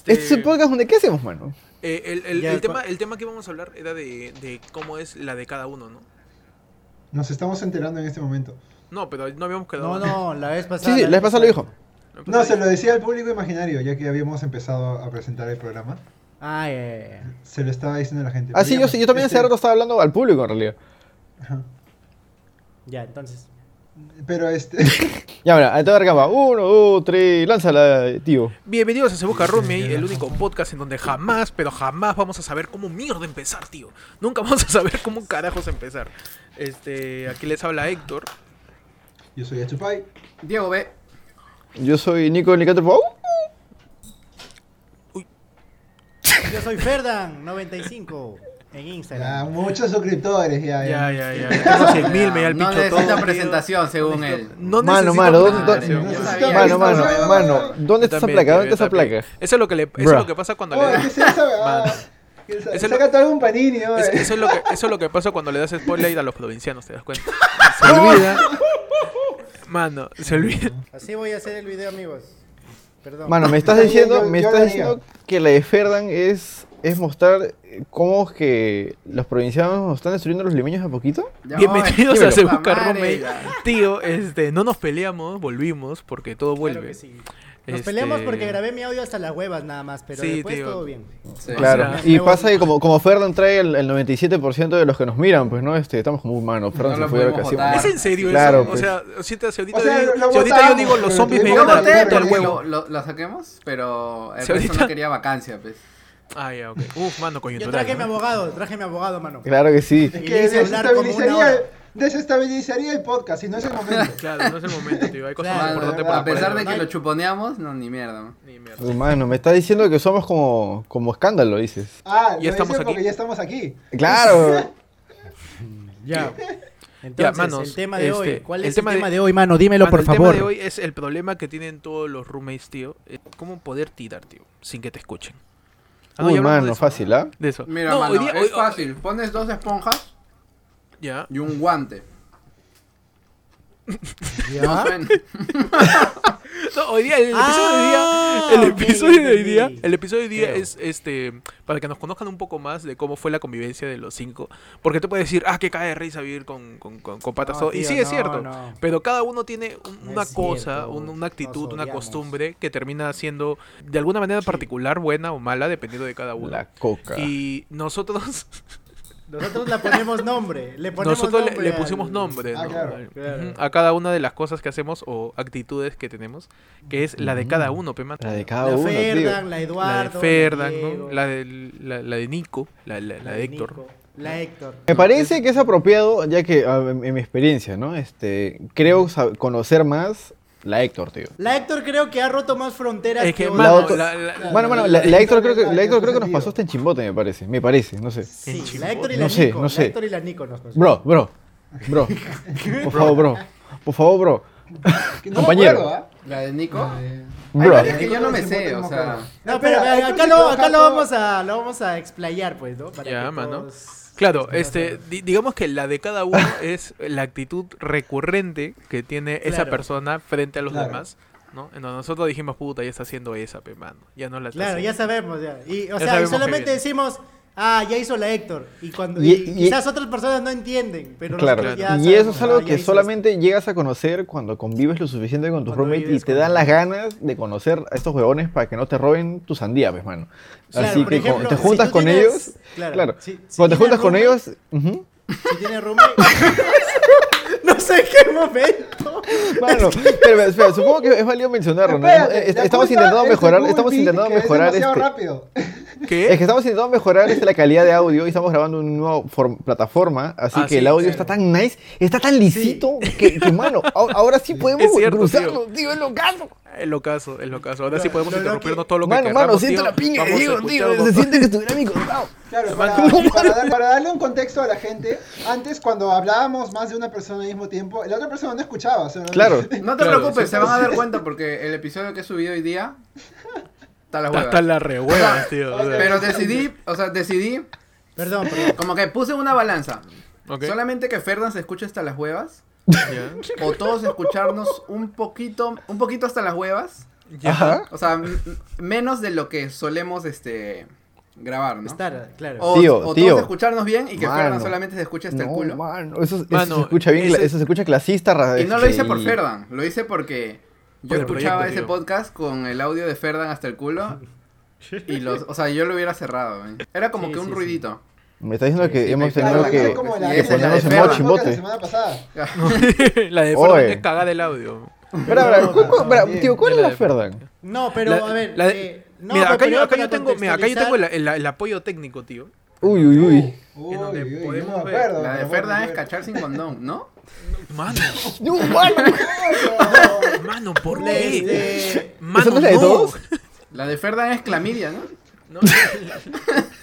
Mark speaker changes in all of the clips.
Speaker 1: Este,
Speaker 2: ¿Este es el podcast donde qué hacemos, mano?
Speaker 1: eh, el, el-
Speaker 3: Ya,
Speaker 1: el tema,
Speaker 3: cua-
Speaker 1: el tema que íbamos a hablar era de, de cómo es la de cada uno, ¿no?
Speaker 4: Nos estamos enterando en este momento.
Speaker 1: No, pero no habíamos quedado.
Speaker 3: No, no, la vez
Speaker 2: Sí,
Speaker 3: pasada.
Speaker 2: sí, la vez pasada lo dijo.
Speaker 1: Pues
Speaker 4: No, se lo decía al público imaginario, ya que habíamos empezado a presentar el programa.
Speaker 3: Ah, ya, ya, ya.
Speaker 4: Se lo estaba diciendo a la gente. Este,
Speaker 2: Ah, sí, yo, sí, yo también hace
Speaker 1: Este,
Speaker 4: sé
Speaker 2: rato estaba hablando al público, en realidad.
Speaker 3: Ya, entonces.
Speaker 4: Pero este.
Speaker 2: Ya, mira, ahí te va Uno, dos, tres, lánzala, tío.
Speaker 1: Bienvenidos a Se Busca Roommate, el único podcast en donde jamás, pero jamás vamos a saber cómo mierda empezar, tío. Nunca vamos a saber cómo carajos empezar. Este, aquí les habla Héctor.
Speaker 4: Yo soy Achupay.
Speaker 5: Diego B.
Speaker 2: Yo soy Nico Nicatro.
Speaker 3: Yo soy Ferdan95 en
Speaker 4: Ya,
Speaker 3: Instagram.
Speaker 4: muchos suscriptores, ya.
Speaker 1: Ya, ya, ya. Casi 100 mil, me da el
Speaker 5: no
Speaker 1: picho todo.
Speaker 5: necesita
Speaker 1: tío.
Speaker 5: presentación, según él.
Speaker 1: No
Speaker 2: Mano,
Speaker 1: necesita
Speaker 2: mano, ¿dónde,
Speaker 1: presentación,
Speaker 2: dónde-
Speaker 1: ya.
Speaker 5: Yo
Speaker 2: mano,
Speaker 5: sabía
Speaker 2: mano,
Speaker 5: que
Speaker 2: mano,
Speaker 5: estaba-
Speaker 2: ¿Dónde está
Speaker 1: Yo
Speaker 2: esa
Speaker 1: también,
Speaker 2: placa?
Speaker 1: tío,
Speaker 2: ¿Dónde
Speaker 1: yo
Speaker 2: está esa
Speaker 1: también.
Speaker 2: placa?
Speaker 1: Eso es lo que le, eso es
Speaker 2: Bruh.
Speaker 1: lo que pasa cuando le
Speaker 4: Oye, Oh, ¿qué
Speaker 1: das.
Speaker 4: es eso?
Speaker 1: Mano.
Speaker 4: Ah, que sa-
Speaker 1: Es el-
Speaker 4: Saca todo un panini, Eh, oye.
Speaker 1: Es- eso, es lo que, eso es lo que pasa cuando le das spoiler a los provincianos, ¿te das cuenta?
Speaker 2: Se olvida.
Speaker 1: Mano, se olvida.
Speaker 3: Así voy a hacer el video, amigos. Perdón.
Speaker 2: Mano, me estás
Speaker 4: Yo- yo-
Speaker 2: diciendo,
Speaker 4: yo
Speaker 2: me
Speaker 4: lo
Speaker 2: estás
Speaker 4: haría.
Speaker 2: diciendo que la de Ferdan es, es mostrar eh, cómo es que los provincianos nos están destruyendo a los limeños a poquito.
Speaker 5: Ya,
Speaker 1: Bienvenidos
Speaker 5: oye,
Speaker 1: a Se
Speaker 5: puta
Speaker 1: Busca
Speaker 5: madre,
Speaker 1: Roommate.
Speaker 5: ya.
Speaker 1: Tío, este, no nos peleamos, volvimos, porque todo
Speaker 3: Claro
Speaker 1: vuelve.
Speaker 3: que sí. Nos peleamos
Speaker 1: Este,
Speaker 3: porque grabé mi audio hasta las huevas nada más, pero
Speaker 1: Sí,
Speaker 3: después
Speaker 1: tío.
Speaker 3: todo bien.
Speaker 5: Sí.
Speaker 1: O
Speaker 2: Claro.
Speaker 1: sea,
Speaker 2: y
Speaker 3: luego-
Speaker 2: pasa que como, como Ferdan trae el, el 97% de los que nos miran, pues no, este, estamos como humanos. Ferdan
Speaker 5: No
Speaker 2: se
Speaker 5: lo
Speaker 2: fue a la
Speaker 5: podemos
Speaker 2: ocasión.
Speaker 5: votar.
Speaker 1: ¿Es en serio
Speaker 2: Claro,
Speaker 1: eso?
Speaker 2: pues.
Speaker 1: O sea, si, te- si ahorita,
Speaker 4: O sea,
Speaker 1: yo,
Speaker 4: lo
Speaker 1: si ahorita yo
Speaker 4: votamos,
Speaker 1: digo los
Speaker 4: pero
Speaker 1: zombies me
Speaker 4: tuvimos
Speaker 5: Yo
Speaker 1: llegan a
Speaker 4: voté,
Speaker 1: la
Speaker 5: voté,
Speaker 1: punta del
Speaker 5: pero
Speaker 1: huevo.
Speaker 5: lo, lo- lo saquemos, pero el
Speaker 1: Sí,
Speaker 5: resto
Speaker 1: ahorita-
Speaker 5: no quería vacancia, pues.
Speaker 1: Ah, ya, ok. Uf, mano,
Speaker 3: Yo
Speaker 1: coyuntural.
Speaker 3: traje mi
Speaker 1: ¿no?
Speaker 3: abogado, traje mi abogado, mano.
Speaker 2: Claro que sí.
Speaker 4: Es
Speaker 3: Y
Speaker 4: que
Speaker 3: le hice hablar como una
Speaker 4: desestabilizaría,
Speaker 3: hora.
Speaker 4: desestabilizaría el podcast, y no es el momento.
Speaker 1: Claro, no es el momento, tío. Hay cosas
Speaker 3: Claro,
Speaker 1: más
Speaker 5: Mano,
Speaker 1: importantes
Speaker 4: de
Speaker 1: para
Speaker 5: a pesar
Speaker 1: poner.
Speaker 5: de que
Speaker 3: No
Speaker 5: lo
Speaker 3: hay-
Speaker 5: chuponeamos, no, ni mierda. man.
Speaker 1: Ni mierda.
Speaker 2: Hermano, me estás diciendo que somos como, como escándalo, dices.
Speaker 4: Ah,
Speaker 1: Ya
Speaker 4: lo
Speaker 1: estamos
Speaker 4: dicen
Speaker 1: aquí.
Speaker 4: porque ya estamos aquí.
Speaker 2: Claro.
Speaker 3: Ya. Entonces,
Speaker 1: manos,
Speaker 3: el tema de hoy.
Speaker 1: este,
Speaker 3: ¿Cuál
Speaker 1: el
Speaker 3: es
Speaker 1: tema
Speaker 3: el
Speaker 1: de-
Speaker 3: tema de, hoy, mano? Dímelo,
Speaker 1: Mano,
Speaker 3: por
Speaker 1: el
Speaker 3: favor.
Speaker 1: tema de hoy es el problema que tienen todos los roommates, tío. Eh, ¿Cómo poder tirar, tío? Sin que te escuchen. Ah, no,
Speaker 2: Uy,
Speaker 1: ya hablamos de
Speaker 2: mano,
Speaker 1: eso.
Speaker 2: fácil, ¿ah?
Speaker 1: De eso.
Speaker 5: Mira,
Speaker 1: No,
Speaker 5: mano,
Speaker 1: hoy día-
Speaker 5: es
Speaker 1: hoy- hoy-
Speaker 5: fácil. Pones dos esponjas
Speaker 1: Ya.
Speaker 5: y un guante. No
Speaker 3: ¿Ya?
Speaker 5: suena.
Speaker 1: No, hoy día, el episodio
Speaker 3: Ah,
Speaker 1: de hoy día, el
Speaker 3: ok,
Speaker 1: episodio de hoy día,
Speaker 3: entendí.
Speaker 1: el episodio de hoy día
Speaker 3: Creo.
Speaker 1: es este para que nos conozcan un poco más de cómo fue la convivencia de los cinco. Porque tú puedes decir, ah, que cae de risa vivir con, con, con, con patas
Speaker 3: No,
Speaker 1: todo. y
Speaker 3: tío,
Speaker 1: sí, es
Speaker 3: no,
Speaker 1: cierto.
Speaker 3: no.
Speaker 1: Pero cada uno tiene un-
Speaker 3: No
Speaker 1: una
Speaker 3: es
Speaker 1: cosa,
Speaker 3: cierto,
Speaker 1: un- una
Speaker 3: nos
Speaker 1: actitud, una
Speaker 3: odiamos.
Speaker 1: costumbre que termina siendo de alguna manera particular, buena o mala, dependiendo de cada uno.
Speaker 2: La coca.
Speaker 1: Y nosotros,
Speaker 3: Nosotros le ponemos nombre. Le ponemos
Speaker 1: nosotros le,
Speaker 3: nombre
Speaker 1: le
Speaker 3: al-
Speaker 1: pusimos nombre
Speaker 4: Ah,
Speaker 1: ¿no?
Speaker 4: claro.
Speaker 1: Ujú,
Speaker 3: Claro.
Speaker 1: a cada una de las cosas que hacemos o actitudes que tenemos, que es la de cada uno, Pema.
Speaker 2: Mm. La de
Speaker 3: La
Speaker 2: cada uno, tío.
Speaker 3: Ferdan, la
Speaker 1: La de
Speaker 3: Eduardo.
Speaker 1: Ferdan, ¿no?
Speaker 3: Diego,
Speaker 1: la, de, la, la de Nico, la, la- la de Héctor.
Speaker 3: Nico, La Héctor.
Speaker 2: Me parece que es apropiado, ya que a- en, en mi experiencia, ¿no? Este, creo sab- conocer más la Héctor, tío.
Speaker 3: La Héctor creo que ha roto más fronteras
Speaker 1: Es que,
Speaker 3: otros.
Speaker 1: mano,
Speaker 2: otra-
Speaker 1: la- la-
Speaker 2: Bueno, bueno, la, la Héctor creo que, la Héctor creo que nos pasó hasta en Chimbote, me parece. Me parece, no sé.
Speaker 3: Sí,
Speaker 1: En
Speaker 3: la Héctor y la
Speaker 2: No sé,
Speaker 3: Nico.
Speaker 2: no sé.
Speaker 3: La Héctor y la Nico nos pasó.
Speaker 2: Pues Bro, bro, bro. Por favor, bro. Por favor, bro.
Speaker 4: Que
Speaker 2: Compañero.
Speaker 4: me acuerdo, ¿ah?
Speaker 5: La de Nico.
Speaker 4: Eh,
Speaker 5: Hay
Speaker 2: Bro.
Speaker 5: varias que yo no me sé, o sea.
Speaker 3: No, pero
Speaker 4: Espera,
Speaker 3: acá,
Speaker 4: Héctor
Speaker 3: acá
Speaker 4: se
Speaker 3: lo,
Speaker 4: equivoca
Speaker 3: acá lo
Speaker 4: todo.
Speaker 3: vamos a, lo vamos a explayar, pues, ¿no? Para
Speaker 1: Ya,
Speaker 3: que
Speaker 1: mano.
Speaker 3: todos-
Speaker 1: Claro,
Speaker 3: todos
Speaker 1: este,
Speaker 3: conozcan.
Speaker 1: di- digamos que la de cada uno es la actitud recurrente que tiene esa
Speaker 3: Claro.
Speaker 1: persona frente a los
Speaker 4: Claro.
Speaker 1: demás, ¿no? En donde nosotros dijimos, puta, ya está haciendo esa, pe, mano. Ya no la está
Speaker 3: Claro, ya
Speaker 1: haciendo.
Speaker 3: sabemos, ya. Y,
Speaker 1: Ya
Speaker 3: o sea, y
Speaker 1: sabemos que
Speaker 3: solamente
Speaker 1: viene.
Speaker 3: decimos, ah, ya hizo la Héctor. Y cuando
Speaker 2: Y-
Speaker 3: y,
Speaker 2: y-
Speaker 3: quizás otras personas no entienden, pero
Speaker 2: Claro.
Speaker 3: nosotros ya
Speaker 2: Y eso
Speaker 3: sabemos,
Speaker 2: es algo
Speaker 3: ah, ya
Speaker 2: que
Speaker 3: hizo
Speaker 2: solamente llegas a conocer cuando convives lo suficiente con tus
Speaker 3: Cuando
Speaker 2: roommates y
Speaker 3: vives
Speaker 2: te
Speaker 3: con-
Speaker 2: dan las ganas de conocer a estos huevones para que no te roben tu sandía, pues, mano.
Speaker 3: Claro,
Speaker 2: Así
Speaker 3: por
Speaker 2: que
Speaker 3: ejemplo,
Speaker 2: cuando te
Speaker 3: si
Speaker 2: juntas
Speaker 3: tú
Speaker 2: con
Speaker 3: tienes-
Speaker 2: ellos,
Speaker 3: claro,
Speaker 2: claro,
Speaker 3: si- si
Speaker 2: cuando te juntas
Speaker 3: tienes
Speaker 2: con
Speaker 3: roommate-
Speaker 2: ellos, ujú,
Speaker 3: esto. Si tiene roommate. no sé en qué momento.
Speaker 2: Mano, pero, espera, supongo que es válido mencionarlo, ¿no? Eh,
Speaker 4: espérate,
Speaker 2: Est-
Speaker 4: la
Speaker 2: estamos
Speaker 4: culpa
Speaker 2: intentando
Speaker 4: es de
Speaker 2: mejorar,
Speaker 4: Google
Speaker 2: estamos
Speaker 4: Meet,
Speaker 2: intentando
Speaker 4: que es
Speaker 2: mejorar
Speaker 4: demasiado
Speaker 2: este,
Speaker 4: rápido.
Speaker 1: ¿Qué?
Speaker 2: es que estamos intentando mejorar este, la calidad de audio y estamos grabando una nueva form- plataforma, así
Speaker 1: Ah,
Speaker 2: que
Speaker 1: sí,
Speaker 2: el audio
Speaker 1: claro.
Speaker 2: está tan nice, está tan lisito que, que, mano, a- ahora sí podemos
Speaker 1: Es cierto,
Speaker 2: cruzarlo, tío, es lo caso.
Speaker 1: El ocaso, el ocaso. Ahora sí
Speaker 3: Lo-
Speaker 1: podemos
Speaker 3: lo- lo
Speaker 1: interrumpirnos
Speaker 3: que-
Speaker 1: todo lo que
Speaker 2: Mano,
Speaker 1: queramos,
Speaker 2: mano, siento
Speaker 1: tío.
Speaker 2: la piña de
Speaker 1: Vamos a
Speaker 2: Diego,
Speaker 1: escuchar
Speaker 2: tío,
Speaker 1: vos-
Speaker 2: se siente que estuviera a mi costado.
Speaker 4: Claro, para, para dar- para darle un contexto a la gente, antes cuando hablábamos más de una persona al mismo tiempo, la otra persona no escuchaba. o sea, no-
Speaker 2: Claro.
Speaker 5: No te
Speaker 1: Claro,
Speaker 5: preocupes, se van a dar cuenta porque el episodio que he subido hoy día está la
Speaker 1: Está
Speaker 5: hueva.
Speaker 1: hasta la rehueva, tío. o sea,
Speaker 5: Pero decidí, o sea, decidí,
Speaker 3: Perdón, perdón.
Speaker 5: como que puse una balanza.
Speaker 1: ok,
Speaker 5: Solamente que Ferdan se escuche hasta las huevas
Speaker 1: ya.
Speaker 5: o todos escucharnos un poquito, un poquito hasta las huevas
Speaker 1: Ya.
Speaker 2: Ajá.
Speaker 5: O sea, m- menos de lo que solemos este grabar, ¿no?
Speaker 3: Estar, claro.
Speaker 1: Oh,
Speaker 5: O,
Speaker 2: Tío,
Speaker 5: o
Speaker 2: tío.
Speaker 5: todos escucharnos bien y que
Speaker 2: Mano.
Speaker 5: Ferdan solamente se escuche hasta el
Speaker 2: No,
Speaker 5: culo.
Speaker 2: mano, eso, eso
Speaker 1: Mano,
Speaker 2: se escucha bien, cla-
Speaker 1: ese-
Speaker 2: eso se escucha clasista. ra- este,
Speaker 5: Y no lo hice por
Speaker 2: y-
Speaker 5: Ferdan, lo hice porque yo
Speaker 1: Por el
Speaker 5: escuchaba
Speaker 1: proyecto, tío.
Speaker 5: ese podcast con el audio de Ferdan hasta el culo. Y los, o sea, yo lo hubiera cerrado. ¿eh? Era como
Speaker 3: Sí,
Speaker 5: que un
Speaker 3: sí, sí.
Speaker 5: ruidito.
Speaker 2: Me está diciendo que
Speaker 5: sí,
Speaker 2: hemos
Speaker 5: te-
Speaker 2: tenido
Speaker 5: claro,
Speaker 2: que,
Speaker 5: claro, como la
Speaker 2: que
Speaker 5: gente
Speaker 2: ponernos
Speaker 5: de
Speaker 2: en
Speaker 5: Ferdan.
Speaker 2: modo
Speaker 4: La
Speaker 2: chimbote.
Speaker 4: semana pasada.
Speaker 1: la de
Speaker 2: Oye.
Speaker 1: Ferdan es cagada el audio.
Speaker 2: Espera, espera, ¿cu- cu- espera,
Speaker 4: bien,
Speaker 2: tío, ¿cuál es
Speaker 1: bien,
Speaker 2: la
Speaker 1: bien.
Speaker 2: Ferdan?
Speaker 3: No, pero
Speaker 1: La-
Speaker 3: a ver.
Speaker 1: la de-
Speaker 3: eh, no,
Speaker 1: Mira, acá
Speaker 3: pero
Speaker 1: yo,
Speaker 3: primero
Speaker 1: acá yo
Speaker 3: para
Speaker 1: tengo, mira, acá yo tengo el,
Speaker 3: contextualizar-
Speaker 1: el- el apoyo técnico, tío.
Speaker 2: Uy, uy, uy.
Speaker 4: Uy,
Speaker 1: donde
Speaker 4: uy, uy,
Speaker 1: podemos
Speaker 4: no me
Speaker 1: ver.
Speaker 2: Ah,
Speaker 4: acuerdo,
Speaker 5: La de
Speaker 4: no me
Speaker 5: Ferdan es
Speaker 4: acuerdo.
Speaker 5: cachar sin condón, ¿no?
Speaker 1: Mano,
Speaker 2: No, mano.
Speaker 1: mano, ¿por qué?
Speaker 3: Este,
Speaker 1: Mano,
Speaker 2: ¿Esa no es la de todos?
Speaker 5: La de Ferdan es clamidia, ¿no?
Speaker 1: No,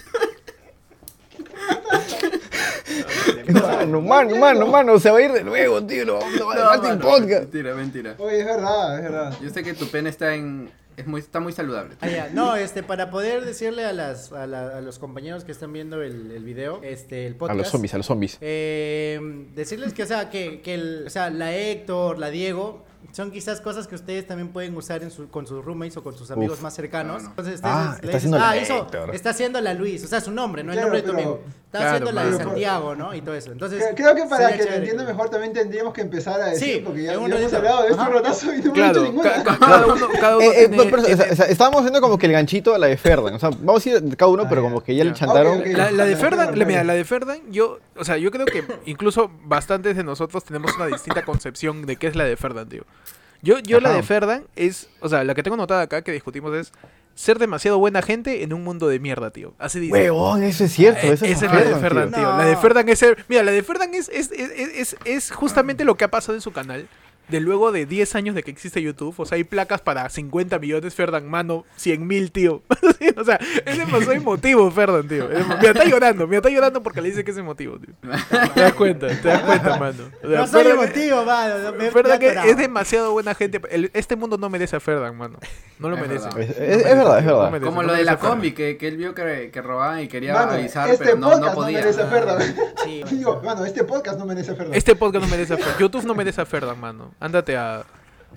Speaker 2: Mano, mano, mano, mano, se va a ir de nuevo, tío. No, no va a dejar sin
Speaker 5: mano,
Speaker 2: podcast.
Speaker 5: Mentira, mentira.
Speaker 4: Uy, es verdad, es verdad.
Speaker 5: Yo sé que tu pene está en. Es muy, está muy saludable.
Speaker 3: ah, ya, No, este, para poder decirle a, las, a, la- a los compañeros que están viendo el, el video, este, el
Speaker 2: A
Speaker 3: podcast.
Speaker 2: los zombies, a los zombies.
Speaker 3: Eh, decirles que, o sea, que, que el- o sea, la Héctor, la Diego, son quizás cosas que ustedes también pueden usar en su- con sus roommates o con sus amigos
Speaker 2: Uf.
Speaker 3: más cercanos.
Speaker 5: No, no.
Speaker 3: Entonces, ustedes
Speaker 2: Ah,
Speaker 3: les-
Speaker 2: está
Speaker 3: les
Speaker 2: haciendo la
Speaker 3: ah, eso
Speaker 2: Héctor.
Speaker 3: está haciendo la Luis, o sea, su nombre, no el
Speaker 4: Claro,
Speaker 3: nombre de tu
Speaker 4: pero-
Speaker 3: amigo. Está
Speaker 5: Claro,
Speaker 3: haciendo la de
Speaker 5: pero-
Speaker 3: Santiago, ¿no? Y todo eso. Entonces,
Speaker 4: Cre- Creo que para
Speaker 3: sería
Speaker 4: que lo
Speaker 3: chévere.
Speaker 4: entienda mejor también tendríamos que empezar a decir,
Speaker 3: Sí,
Speaker 4: porque ya,
Speaker 3: en un
Speaker 4: ya hemos
Speaker 3: ratito.
Speaker 4: hablado de esto un
Speaker 3: Ajá.
Speaker 4: ratazo y no hemos dicho
Speaker 1: claro, ca-
Speaker 4: ninguna.
Speaker 1: ca- cada uno, cada uno
Speaker 2: Eh, eh,
Speaker 1: tiene-
Speaker 2: pero, pero, o sea,
Speaker 1: tiene-
Speaker 2: o sea, estábamos haciendo como que el ganchito a la de Ferdan. O sea, vamos a ir cada uno, pero como que Ah, ya le
Speaker 1: ya.
Speaker 2: chantaron.
Speaker 4: Ok, ok.
Speaker 1: La, la de
Speaker 4: Ferdan,
Speaker 1: Ferdan, la,
Speaker 4: Ferdan.
Speaker 1: mira, la de Ferdan, yo, o sea, yo creo que incluso bastantes de nosotros tenemos una distinta concepción de qué es la de Ferdan, tío. Yo, yo la
Speaker 2: Ajá.
Speaker 1: de Ferdan es, o sea, la que tengo notada acá que discutimos es ser demasiado buena gente en un mundo de mierda, tío. Así dice.
Speaker 2: Huevón, eso es cierto.
Speaker 1: Eh, Esa
Speaker 2: Eso
Speaker 1: es
Speaker 2: es
Speaker 1: la de
Speaker 2: Ferdan,
Speaker 1: Ferdan,
Speaker 2: tío.
Speaker 1: tío. La de Ferdan es. el- Mira, la de Ferdan es, es, es, es- es justamente lo que ha pasado en su canal. De luego de 10 años de que existe YouTube. O sea, hay placas para 50 millones, Ferdan, mano, 100 mil, tío. o sea, es demasiado emotivo, Ferdan, tío. Es demo- Mira, está llorando, mira, está llorando porque le dice que es emotivo, tío. Te das cuenta, te das cuenta, mano. O sea,
Speaker 3: No soy
Speaker 1: Ferdan-
Speaker 3: emotivo, mano, no me-
Speaker 1: Ferdan
Speaker 3: me
Speaker 1: es,
Speaker 3: atoraba.
Speaker 1: es demasiado buena gente. El- este mundo no merece a Ferdan, mano. No lo
Speaker 5: Es
Speaker 1: merece.
Speaker 5: verdad.
Speaker 2: Es, es-
Speaker 1: No
Speaker 2: es
Speaker 1: merece,
Speaker 2: verdad, es
Speaker 1: no
Speaker 2: verdad.
Speaker 1: merece,
Speaker 5: Como
Speaker 1: no
Speaker 5: lo de
Speaker 1: merece
Speaker 5: la
Speaker 1: a Ferdan.
Speaker 5: combi, que, que él vio que, que robaban y quería
Speaker 4: Mano,
Speaker 5: avisar,
Speaker 4: este
Speaker 5: pero no,
Speaker 4: podcast
Speaker 5: no
Speaker 4: no
Speaker 5: podía.
Speaker 4: merece a Ferdan.
Speaker 3: Ah, Sí,
Speaker 4: Digo, bueno, este podcast no merece a Ferdan.
Speaker 1: Este podcast no merece a Ferdan. YouTube no merece a Ferdan, mano. Ándate a,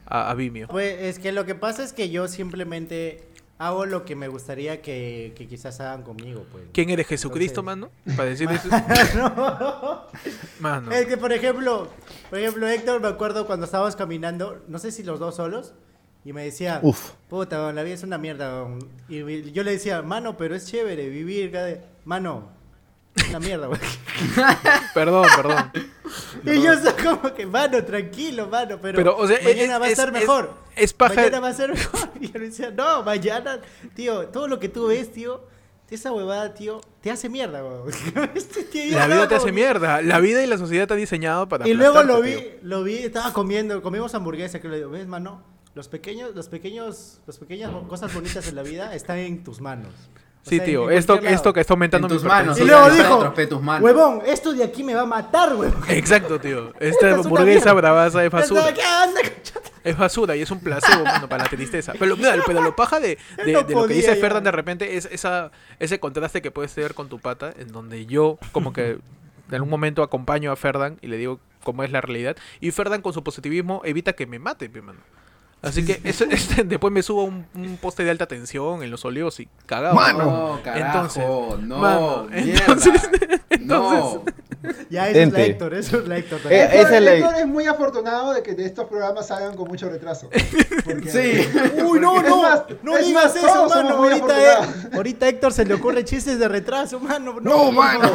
Speaker 1: a, a Vimeo.
Speaker 3: Pues es que lo que pasa es que yo simplemente hago lo que me gustaría que, que quizás hagan conmigo, pues.
Speaker 1: ¿Quién eres Jesucristo, mano? Para decir eso. Mano.
Speaker 3: Es que por ejemplo, por ejemplo, Héctor, me acuerdo cuando estábamos caminando, no sé si los dos solos, y me decía,
Speaker 2: Uf.
Speaker 3: puta, weón, la vida es una mierda. weón". Y vi- yo le decía, mano, pero es chévere vivir, cada- mano, es una mierda, güey.
Speaker 1: Perdón, perdón.
Speaker 3: y yo soy como que, mano, tranquilo, mano, pero,
Speaker 1: Pero, o sea,
Speaker 3: mañana
Speaker 1: es-
Speaker 3: va a
Speaker 1: es-
Speaker 3: estar
Speaker 1: es-
Speaker 3: mejor.
Speaker 1: es paja-
Speaker 3: Mañana va a ser mejor. Y yo le decía, no, mañana, tío, todo lo que tú ves, tío, esa huevada, tío, te hace mierda, weón. Este tío, yo
Speaker 1: La vida
Speaker 3: estaba
Speaker 1: te
Speaker 3: como
Speaker 1: hace
Speaker 3: que-
Speaker 1: mierda. La vida y la sociedad te han diseñado para.
Speaker 3: y luego lo
Speaker 1: aplastarte,
Speaker 3: vi, lo vi, estaba comiendo, comimos hamburguesa, que le digo, ves, mano, los pequeños, los pequeños, las pequeñas bo- cosas bonitas en la vida están en tus manos.
Speaker 1: tío.
Speaker 3: O
Speaker 1: Sí,
Speaker 3: sea, en-
Speaker 1: tío.
Speaker 3: en
Speaker 1: Esto,
Speaker 3: cualquier
Speaker 1: esto
Speaker 3: lado.
Speaker 1: que está aumentando
Speaker 5: En
Speaker 1: mi
Speaker 5: tus manos.
Speaker 1: preferencia.
Speaker 3: Y
Speaker 5: Sí,
Speaker 3: luego
Speaker 5: ya,
Speaker 3: dijo,
Speaker 5: atropé tus manos.
Speaker 3: huevón, esto de aquí me va a matar, huevón.
Speaker 1: Exacto, tío.
Speaker 3: Esto
Speaker 1: Esta
Speaker 3: es una
Speaker 1: hamburguesa
Speaker 3: mierda.
Speaker 1: bravaza es
Speaker 3: Esto de
Speaker 1: basura.
Speaker 3: aquí, anda, cachata.
Speaker 1: Es basura y es un placebo, mano, para la tristeza. Pero, mira, pero lo paja de, de-
Speaker 3: No
Speaker 1: de lo que dice
Speaker 3: podía ya.
Speaker 1: Ferdan de repente es esa, ese contraste que puedes tener con tu pata, en donde yo como que en algún momento acompaño a Ferdan y le digo cómo es la realidad. Y Ferdan con su positivismo evita que me mate, mi mano. Así que eso- este, después me subo a un, un poste de alta tensión en los olivos y cagado.
Speaker 5: No, carajo,
Speaker 1: Ah, Entonces,
Speaker 5: no,
Speaker 1: mano,
Speaker 5: mierda, Este
Speaker 1: entonces-
Speaker 5: no.
Speaker 3: Ya, eso es la
Speaker 2: Gente.
Speaker 3: Héctor, eso es la Héctor.
Speaker 2: Eh,
Speaker 3: también.
Speaker 2: eh. esa es la-
Speaker 4: Héctor es muy afortunado de que de estos programas salgan con mucho retraso. Porque-
Speaker 5: Sí.
Speaker 2: Eh,
Speaker 3: Uy, no,
Speaker 4: Es
Speaker 3: no,
Speaker 4: más,
Speaker 3: no
Speaker 4: es
Speaker 3: digas
Speaker 4: más,
Speaker 3: eso,
Speaker 4: todos somos
Speaker 3: mano.
Speaker 4: muy
Speaker 3: Ahorita,
Speaker 4: afortunados.
Speaker 3: eh, ahorita a Héctor se le ocurre chistes de retraso, mano.
Speaker 2: No, mano,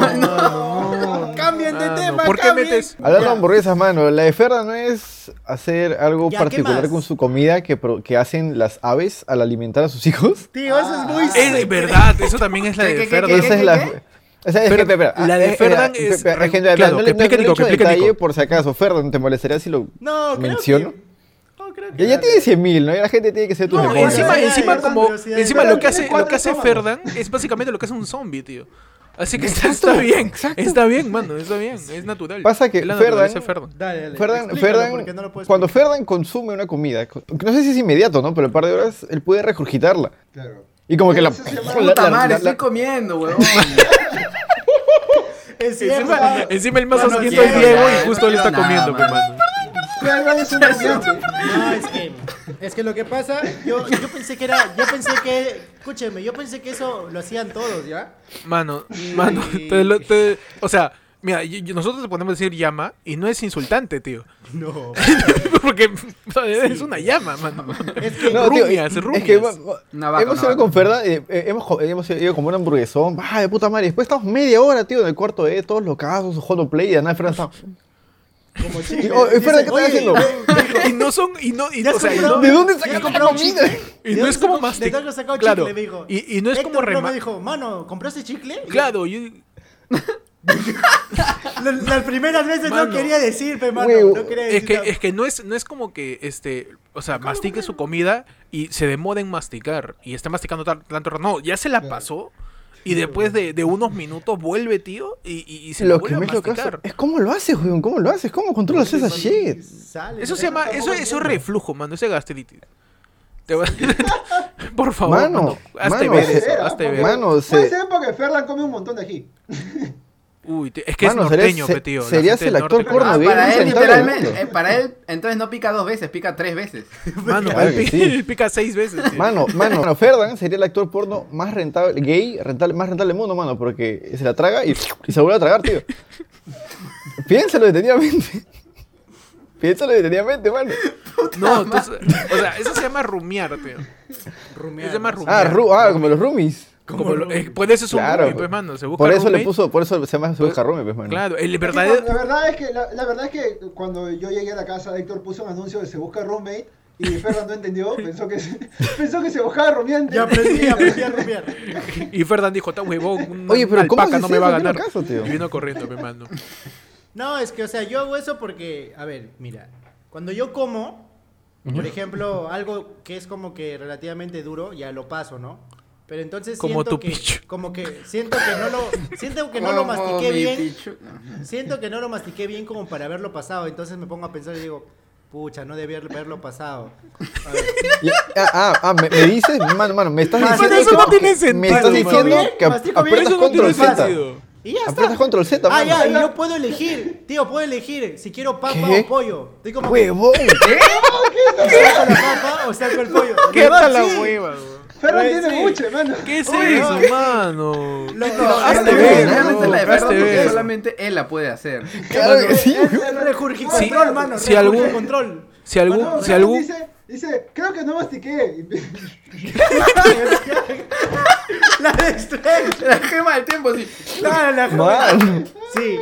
Speaker 3: no. Cambien de
Speaker 1: Mano,
Speaker 3: tema,
Speaker 1: Ah, ¿por qué
Speaker 3: cambien.
Speaker 1: metes-
Speaker 2: Hablando de
Speaker 3: Ya.
Speaker 2: hamburguesas, mano, la de Ferdan no es hacer algo
Speaker 3: Ya, ¿qué
Speaker 2: particular
Speaker 3: más?
Speaker 2: con su comida que, pro- que hacen las aves al alimentar a sus hijos.
Speaker 3: Tío, eso es muy
Speaker 1: Es verdad, eso también es la
Speaker 5: ¿Qué,
Speaker 1: de
Speaker 5: qué, qué,
Speaker 1: Ferdan.
Speaker 5: qué,
Speaker 2: Esa es
Speaker 5: qué,
Speaker 2: la.
Speaker 5: qué?
Speaker 2: o sea, es que,
Speaker 1: Pero
Speaker 2: espera,
Speaker 1: la de
Speaker 2: eh, eh,
Speaker 1: Ferdan
Speaker 2: espera,
Speaker 1: es
Speaker 2: espera,
Speaker 1: re-
Speaker 2: es que, mira,
Speaker 1: claro,
Speaker 2: no
Speaker 1: que
Speaker 2: le- no le-
Speaker 1: explique
Speaker 2: no le
Speaker 1: Nico,
Speaker 2: echo
Speaker 1: que explique
Speaker 2: detalle
Speaker 1: Nico.
Speaker 2: por si acaso. Ferdan, ¿te molestaría si lo
Speaker 3: No, creo
Speaker 2: menciono?
Speaker 3: que... No, creo que...
Speaker 2: Ya, ya tiene 100.000, ¿no? Y la gente tiene que ser tu
Speaker 1: No,
Speaker 3: demonios.
Speaker 1: encima,
Speaker 3: Velocidades,
Speaker 1: encima
Speaker 3: Ferdan,
Speaker 1: como,
Speaker 3: velocidades.
Speaker 1: encima lo que hace,
Speaker 4: Ferdan,
Speaker 1: lo que hace
Speaker 4: ¿cuántos
Speaker 1: Ferdan es básicamente lo que hace un zombie, tío. Así que está, está bien, está bien, mano, está bien, es natural.
Speaker 2: Pasa que
Speaker 1: Es la
Speaker 2: Ferdan-
Speaker 1: naturaleza de Ferdan.
Speaker 3: Dale, dale.
Speaker 2: Ferdan,
Speaker 3: explícalo,
Speaker 2: Ferdan-
Speaker 3: porque no lo puedes
Speaker 2: cuando
Speaker 3: explicar.
Speaker 2: Ferdan consume una comida, co- no sé si es inmediato, ¿no? Pero en un par de horas él puede regurgitarla.
Speaker 4: Claro.
Speaker 2: Y como que la.
Speaker 4: Eso se llama
Speaker 2: la-
Speaker 5: Puta
Speaker 2: la-
Speaker 5: madre,
Speaker 2: la-
Speaker 5: estoy
Speaker 2: la-
Speaker 5: comiendo, huevón. Ah,
Speaker 3: Es cierto.
Speaker 1: Encima, encima el más
Speaker 5: Yo no
Speaker 1: asquiento es
Speaker 5: quiero
Speaker 1: Diego
Speaker 5: nada,
Speaker 1: y justo
Speaker 5: no
Speaker 1: él está
Speaker 5: quiero nada,
Speaker 1: comiendo, pues,
Speaker 5: mano.
Speaker 1: mano.
Speaker 4: Ferdan es un comediante.
Speaker 3: No, es que, es que lo que pasa, yo, yo pensé que era, yo pensé que, escúcheme, yo pensé que eso lo hacían todos, ¿ya?
Speaker 1: Mano, mano, te lo- te- o sea, mira, y- y nosotros te podemos decir llama y no es insultante, tío.
Speaker 3: No.
Speaker 1: Porque o sea, es una llama, mano.
Speaker 3: Es que,
Speaker 1: No,
Speaker 2: tío,
Speaker 1: rumias,
Speaker 2: es
Speaker 1: rumias.
Speaker 2: que hemos-
Speaker 5: Una vaca,
Speaker 2: hemos
Speaker 5: una
Speaker 2: ido
Speaker 5: vaca.
Speaker 2: con Ferda, eh, eh, hemos, co- hemos ido como un hamburguesón, ah, de puta madre. Después estamos media hora, tío, en el cuarto de todos locazos, jugando play, y de nada, Ferda está.
Speaker 3: como chicle.
Speaker 2: Y, oh, espera,
Speaker 3: Dicen,
Speaker 2: ¿qué estás haciendo?
Speaker 3: eh,
Speaker 1: Y no son, y no, y,
Speaker 3: ¿Ya
Speaker 1: o
Speaker 3: has
Speaker 1: sea, y
Speaker 3: comprado?
Speaker 1: no,
Speaker 2: ¿De dónde
Speaker 3: ¿Ya has
Speaker 2: sacaste la
Speaker 3: comprado
Speaker 2: comida?
Speaker 3: chicle?
Speaker 1: y
Speaker 3: ¿De
Speaker 1: no es
Speaker 3: dónde
Speaker 1: como
Speaker 3: sacó-
Speaker 1: mastic.
Speaker 3: ¿De dónde sacó chicle?
Speaker 1: Claro.
Speaker 3: Me dijo.
Speaker 1: Y, y no es
Speaker 3: Héctor
Speaker 1: como
Speaker 3: Romo
Speaker 1: rema.
Speaker 3: dijo, mano, ¿compraste chicle? Y
Speaker 1: Claro, yo,
Speaker 3: La- Las primeras veces
Speaker 1: Mano.
Speaker 3: no quería decir, pe, mano.
Speaker 2: Güey,
Speaker 3: no quería
Speaker 1: es
Speaker 3: decir
Speaker 1: que,
Speaker 3: nada.
Speaker 1: es que no es, no es como que este, o sea, mastique su comida y se demora en masticar. Y está masticando tan- tanto rato. No, ya se la pasó. Y después de, de unos minutos vuelve, tío, y, y- y se lo
Speaker 2: Lo que
Speaker 1: vuelve
Speaker 2: me
Speaker 1: a
Speaker 2: es locazo
Speaker 1: masticar.
Speaker 2: es cómo lo haces, weón, cómo lo haces, cómo controlas esa shit.
Speaker 3: Sale,
Speaker 1: Eso se
Speaker 3: pe.
Speaker 1: llama, eso, eso es reflujo, mano, ese gastritis. Te va- Por favor,
Speaker 2: Mano,
Speaker 1: mano, hazte
Speaker 2: mano,
Speaker 1: ver
Speaker 2: se-
Speaker 1: eso, hazte ver.
Speaker 2: Mano,
Speaker 4: Puede
Speaker 2: se-
Speaker 4: ser porque Ferdan come un montón de ají.
Speaker 1: Uy, te- es que
Speaker 2: mano,
Speaker 1: es
Speaker 2: serías-
Speaker 1: norteño,
Speaker 2: se-
Speaker 1: pe, tío. la
Speaker 2: serías
Speaker 1: gente del
Speaker 2: el actor
Speaker 1: norte,
Speaker 2: porno,
Speaker 5: Ah,
Speaker 2: Bueno,
Speaker 5: para
Speaker 2: bien,
Speaker 5: él,
Speaker 2: sentado,
Speaker 5: literalmente,
Speaker 2: ¿no?
Speaker 5: eh, para él, entonces no pica dos veces, pica tres veces.
Speaker 1: Mano,
Speaker 2: Claro
Speaker 1: él,
Speaker 2: que
Speaker 1: pi-
Speaker 2: sí.
Speaker 1: él pica seis veces. tío.
Speaker 2: Mano, mano, mano, Ferdan sería el actor porno más rentable, gay, rentable, más rentable del mundo, mano, porque se la traga y, y se vuelve a tragar, tío. Piénsalo detenidamente. Piénsalo detenidamente, mano.
Speaker 1: Pues No, entonces, o sea, eso se llama rumiar, tío.
Speaker 3: Rumear,
Speaker 1: Se llama
Speaker 3: ¿no?
Speaker 1: rumiar.
Speaker 2: Ah, ru- ah, como los roomies.
Speaker 1: Como lo- eh, pues ese es un
Speaker 2: Claro.
Speaker 1: roomie, pues, mano. Se busca
Speaker 2: por eso le
Speaker 1: roommate.
Speaker 2: puso, por eso se llama se busca roomie, pues, mano.
Speaker 1: Claro, el
Speaker 4: Tipo,
Speaker 1: verdadero.
Speaker 4: la, verdad es que, la, la verdad es que cuando yo llegué a la casa, Héctor puso un anuncio de se busca roommate y Ferdan no entendió, pensó que, se- pensó que se buscaba rumiante.
Speaker 3: Ya aprendí, aprendí a rumear.
Speaker 1: Y Fernán dijo, está huevón, un
Speaker 2: Oye, pero ¿cómo
Speaker 1: alpaca
Speaker 2: haces
Speaker 1: no me va a
Speaker 2: eso? ¿Qué
Speaker 1: ganar.
Speaker 2: locazo, tío?
Speaker 1: Y vino corriendo, me mano.
Speaker 3: No, es que, o sea, yo hago eso porque, a ver, mira, cuando yo como, por ejemplo, algo que es como que relativamente duro, ya lo paso, ¿no? Pero entonces
Speaker 1: Como
Speaker 3: siento
Speaker 1: tu
Speaker 3: que,
Speaker 1: pichu.
Speaker 3: como que siento que no lo, siento que no lo
Speaker 5: Como
Speaker 3: mastiqué
Speaker 5: mi
Speaker 3: bien,
Speaker 5: pichu-
Speaker 3: siento que no lo mastiqué bien como para haberlo pasado, entonces me pongo a pensar y digo, pucha, no debí haberlo pasado. A ver,
Speaker 2: Y- ah, ah, ah, me, me dices, mano, mano, me estás
Speaker 3: Mano,
Speaker 2: diciendo.
Speaker 3: eso
Speaker 2: que-
Speaker 3: no
Speaker 1: tiene
Speaker 2: Me
Speaker 1: sentido,
Speaker 2: estás
Speaker 1: mano.
Speaker 2: diciendo
Speaker 3: Mastico
Speaker 2: que
Speaker 3: bien,
Speaker 2: ap-
Speaker 3: mastico bien,
Speaker 2: aprietas
Speaker 1: eso no tiene
Speaker 2: control Z.
Speaker 1: sentido.
Speaker 3: y ya
Speaker 2: Aprietas
Speaker 3: está.
Speaker 2: control Z,
Speaker 3: Ah,
Speaker 2: mano.
Speaker 3: ya, y yo puedo elegir, tío, puedo elegir si quiero papa
Speaker 2: ¿Qué?
Speaker 3: o pollo. Estoy como, que,
Speaker 2: Huevón.
Speaker 3: ¿saco la papa o saco el pollo?
Speaker 1: ¿Qué tal la hueva, weón?
Speaker 4: Ferdan
Speaker 3: Pues
Speaker 4: tiene
Speaker 3: sí.
Speaker 4: mucho, hermano.
Speaker 1: ¿Qué es
Speaker 3: Oye,
Speaker 1: eso,
Speaker 3: ¿qué?
Speaker 1: mano?
Speaker 3: Lo-
Speaker 5: No,
Speaker 3: lo-
Speaker 1: hazte
Speaker 5: esa-
Speaker 1: ver,
Speaker 5: realmente
Speaker 1: no,
Speaker 5: la de
Speaker 1: hazte
Speaker 5: Ferdan, porque
Speaker 1: ver.
Speaker 5: solamente él la puede hacer.
Speaker 2: Claro que sí.
Speaker 4: Es- es-
Speaker 3: El
Speaker 1: Sí,
Speaker 3: regurgicontrol, mano.
Speaker 1: si algún-
Speaker 3: Control.
Speaker 1: Si algún,
Speaker 4: Mano,
Speaker 1: si
Speaker 4: Ferdan
Speaker 1: algún,
Speaker 4: dice, dice, creo que no mastiqué.
Speaker 3: La de Strange.
Speaker 5: La gema del tiempo, sí.
Speaker 3: No, la
Speaker 2: Mano.
Speaker 3: Sí.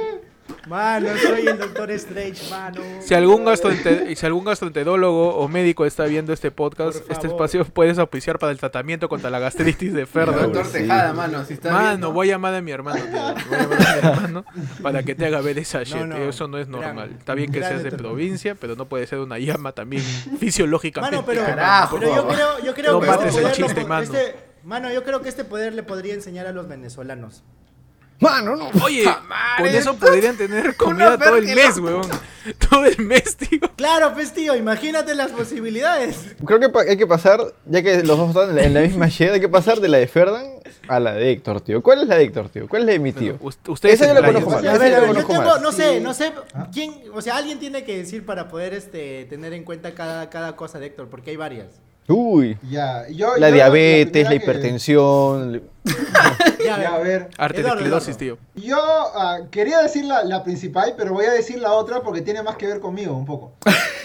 Speaker 3: Mano, soy el doctor Strange, mano.
Speaker 1: si algún gastroente- si algún gastroenterólogo o médico está viendo este podcast,
Speaker 3: Por
Speaker 1: este
Speaker 3: favor.
Speaker 1: espacio puedes auspiciar para el tratamiento contra la gastritis de Ferdan.
Speaker 5: Doctor Tejada, mano, si está
Speaker 1: Mano, voy a llamar a mi hermano, tío. Voy a llamar a mi hermano para que te haga ver esa shit.
Speaker 3: no.
Speaker 1: Eso no es
Speaker 3: Gran-
Speaker 1: normal. Está bien que
Speaker 3: gran
Speaker 1: seas de
Speaker 3: determinado.
Speaker 1: provincia, pero no puede ser una llama también fisiológicamente.
Speaker 3: Mano, pero,
Speaker 5: Carajo,
Speaker 3: pero yo
Speaker 5: por
Speaker 3: creo, yo creo
Speaker 1: No
Speaker 3: que este
Speaker 1: mates el
Speaker 3: poder lo
Speaker 1: chiste,
Speaker 3: po-
Speaker 1: mano.
Speaker 3: este- mano, yo creo que este poder le podría enseñar a los venezolanos.
Speaker 2: Mano, no.
Speaker 1: Oye,
Speaker 5: Puta madre.
Speaker 1: con eso podrían tener comida todo el mes, weón. Todo el mes, tío.
Speaker 3: Claro, pues tío, imagínate las posibilidades.
Speaker 2: Creo que pa- hay que pasar, ya que los dos están en la, en la misma shed, hay que pasar de la de Ferdan a la de Héctor, tío. ¿Cuál es la de Héctor, tío? ¿Cuál es la de mi tío?
Speaker 1: Bueno, us- ustedes
Speaker 2: Esa yo la
Speaker 1: explayen.
Speaker 2: conozco mal.
Speaker 4: A
Speaker 2: esa
Speaker 4: ver,
Speaker 2: yo la
Speaker 4: a ver,
Speaker 3: Yo
Speaker 2: conozco
Speaker 3: tengo,
Speaker 2: mal.
Speaker 3: no sé,
Speaker 4: Sí. Ah.
Speaker 3: no sé quién, o sea, alguien tiene que decir para poder este tener en cuenta cada, cada cosa de Héctor, porque hay varias.
Speaker 2: Uy.
Speaker 4: Ya, yo,
Speaker 2: La
Speaker 4: yo-
Speaker 2: diabetes, la
Speaker 4: primera que-
Speaker 2: hipertensión. le-
Speaker 3: Ya,
Speaker 4: Ya, a ver.
Speaker 1: Arteriosclerosis, tío.
Speaker 4: Yo ah, quería decir la, la principal, pero voy a decir la otra porque tiene más que ver conmigo un poco.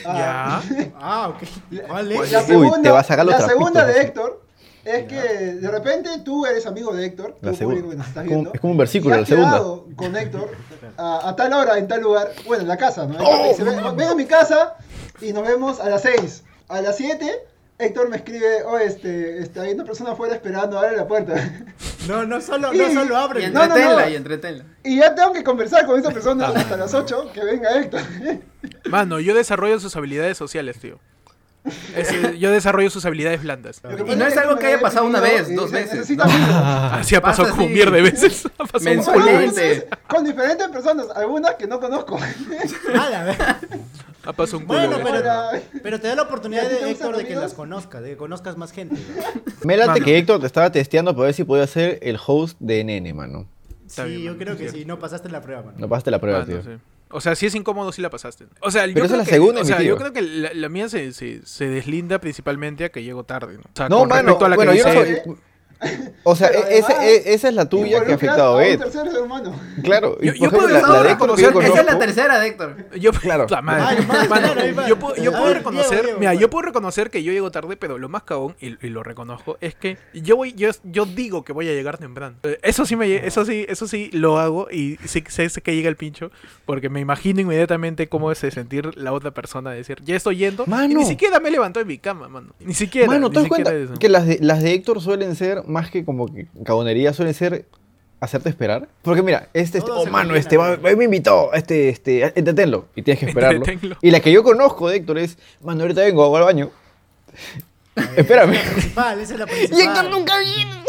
Speaker 4: Ah,
Speaker 1: Ya.
Speaker 3: Ah, ok. ¿Cuál
Speaker 4: La
Speaker 3: es?
Speaker 2: Uy,
Speaker 4: segunda-
Speaker 2: te va a sacar los
Speaker 4: La
Speaker 2: trapitos,
Speaker 4: segunda
Speaker 2: ¿no?
Speaker 4: de Héctor es que de repente tú eres amigo de Héctor,
Speaker 2: La
Speaker 4: tú
Speaker 2: segunda.
Speaker 4: público que nos estás
Speaker 2: Es como-
Speaker 4: viendo,
Speaker 2: es como un versículo,
Speaker 4: y
Speaker 2: la
Speaker 4: has
Speaker 2: segunda.
Speaker 4: quedado con Héctor a, a tal hora, en tal lugar, bueno, en la casa, ¿no?
Speaker 2: Oh,
Speaker 4: Y dice, "Ven- ven a mi casa y nos vemos a las 6. A las 7, Héctor me escribe, oh, este, este, hay una persona afuera esperando, abre la puerta.
Speaker 3: No, no solo, no solo
Speaker 5: Y
Speaker 3: abre.
Speaker 4: No, no, no.
Speaker 5: entretenla, y entretenla.
Speaker 4: y ya tengo que conversar con esa persona hasta las 8, que venga Héctor.
Speaker 1: Mano, yo desarrollo sus habilidades sociales, tío. Es- yo desarrollo sus habilidades blandas.
Speaker 4: Lo que
Speaker 5: Y
Speaker 4: pasa
Speaker 5: no es
Speaker 4: que
Speaker 5: algo
Speaker 4: me
Speaker 5: que haya
Speaker 4: había
Speaker 5: pasado una
Speaker 4: pedido
Speaker 5: vez,
Speaker 4: y
Speaker 5: dos
Speaker 4: dice,
Speaker 5: veces.
Speaker 4: "Necesito amigos".
Speaker 1: Así ha
Speaker 5: Pasa
Speaker 1: pasado como
Speaker 5: así.
Speaker 1: mier de veces. Ha pasado
Speaker 5: Mensual.
Speaker 1: un montón.
Speaker 5: Excelente.
Speaker 4: Con diferentes personas, algunas que no conozco.
Speaker 3: Ah, la verdad.
Speaker 4: Pues
Speaker 1: Ha pasado un culo
Speaker 3: Bueno,
Speaker 1: de veces.
Speaker 3: pero,
Speaker 4: Ahora-
Speaker 3: pero te da la oportunidad
Speaker 4: ¿Y a ti te
Speaker 3: de
Speaker 4: gustan
Speaker 3: Héctor de
Speaker 4: los
Speaker 3: que
Speaker 4: amigos?
Speaker 3: las conozcas, de que conozcas más gente.
Speaker 2: Me late
Speaker 1: Mano.
Speaker 2: que Héctor te estaba testeando para ver si podía ser el host de NN, mano.
Speaker 1: Está
Speaker 3: Sí,
Speaker 1: bien,
Speaker 3: yo
Speaker 1: mano,
Speaker 3: creo que
Speaker 1: cierto.
Speaker 3: sí, no pasaste la prueba, mano.
Speaker 2: No pasaste la prueba,
Speaker 1: Mano,
Speaker 2: tío.
Speaker 1: sí. O sea, sí es incómodo si la pasaste. O sea, yo
Speaker 2: Pero esa
Speaker 1: creo
Speaker 2: es la
Speaker 1: que,
Speaker 2: segunda,
Speaker 1: o sea,
Speaker 2: mi tío.
Speaker 1: yo creo que la, la mía se, se, se deslinda principalmente a que llego tarde, ¿no? O sea,
Speaker 2: No,
Speaker 1: con
Speaker 2: mano,
Speaker 1: respecto a la
Speaker 2: bueno,
Speaker 1: que
Speaker 2: yo no
Speaker 1: dice
Speaker 2: soy...
Speaker 1: él.
Speaker 2: O sea,
Speaker 4: Pero
Speaker 2: e- ese-
Speaker 4: además,
Speaker 2: e- esa es la tuya que ha
Speaker 4: Involucras
Speaker 2: afectado a
Speaker 4: un
Speaker 2: Ed.
Speaker 4: tercer ser humano.
Speaker 2: Claro, y
Speaker 1: Yo- yo
Speaker 2: por ejemplo,
Speaker 1: puedo-
Speaker 2: la, la
Speaker 1: puedo
Speaker 2: de Héctor que yo
Speaker 1: reconocer-
Speaker 5: Esa es la
Speaker 2: conozco-
Speaker 5: tercera de Héctor.
Speaker 1: Yo,
Speaker 2: Claro.
Speaker 1: la madre.
Speaker 3: Ay, madre,
Speaker 1: Mano,
Speaker 3: claro, ahí va.
Speaker 1: yo puedo, yo
Speaker 3: A
Speaker 1: puedo
Speaker 3: ver,
Speaker 1: reconocer,
Speaker 3: Diego, Diego, pues.
Speaker 1: mira,
Speaker 3: bueno.
Speaker 1: yo puedo reconocer que yo llego tarde, pero lo más cagón, y, y lo reconozco, es que yo voy, yo, yo digo que voy a llegar temprano. Eh, Eso sí me lle- eso sí, eso sí lo hago y sí que sé, sé que llega el pincho, porque me imagino inmediatamente cómo es de sentir la otra persona de decir, ya estoy yendo, y
Speaker 2: Mano.
Speaker 1: ni siquiera me levantó de mi cama, mano. Ni siquiera.
Speaker 2: Mano,
Speaker 1: ni
Speaker 2: ¿te das
Speaker 1: siquiera
Speaker 2: cuenta
Speaker 1: eso.
Speaker 2: que las de, las de Héctor suelen ser, más que como que cagonería, suelen ser hacerte esperar? Porque mira, este, este
Speaker 3: Todo
Speaker 2: oh
Speaker 3: se
Speaker 2: mano,
Speaker 3: combina,
Speaker 2: este va-
Speaker 3: ¿no?
Speaker 2: me invitó, este, este, entretenlo. Y tienes que esperarlo.
Speaker 1: Entretenlo.
Speaker 2: Y la que yo conozco de Héctor es, mano, ahorita vengo, voy al baño. Eh, Espérame.
Speaker 3: Principal, esa es la
Speaker 2: Y
Speaker 3: principal.
Speaker 2: Héctor nunca viene.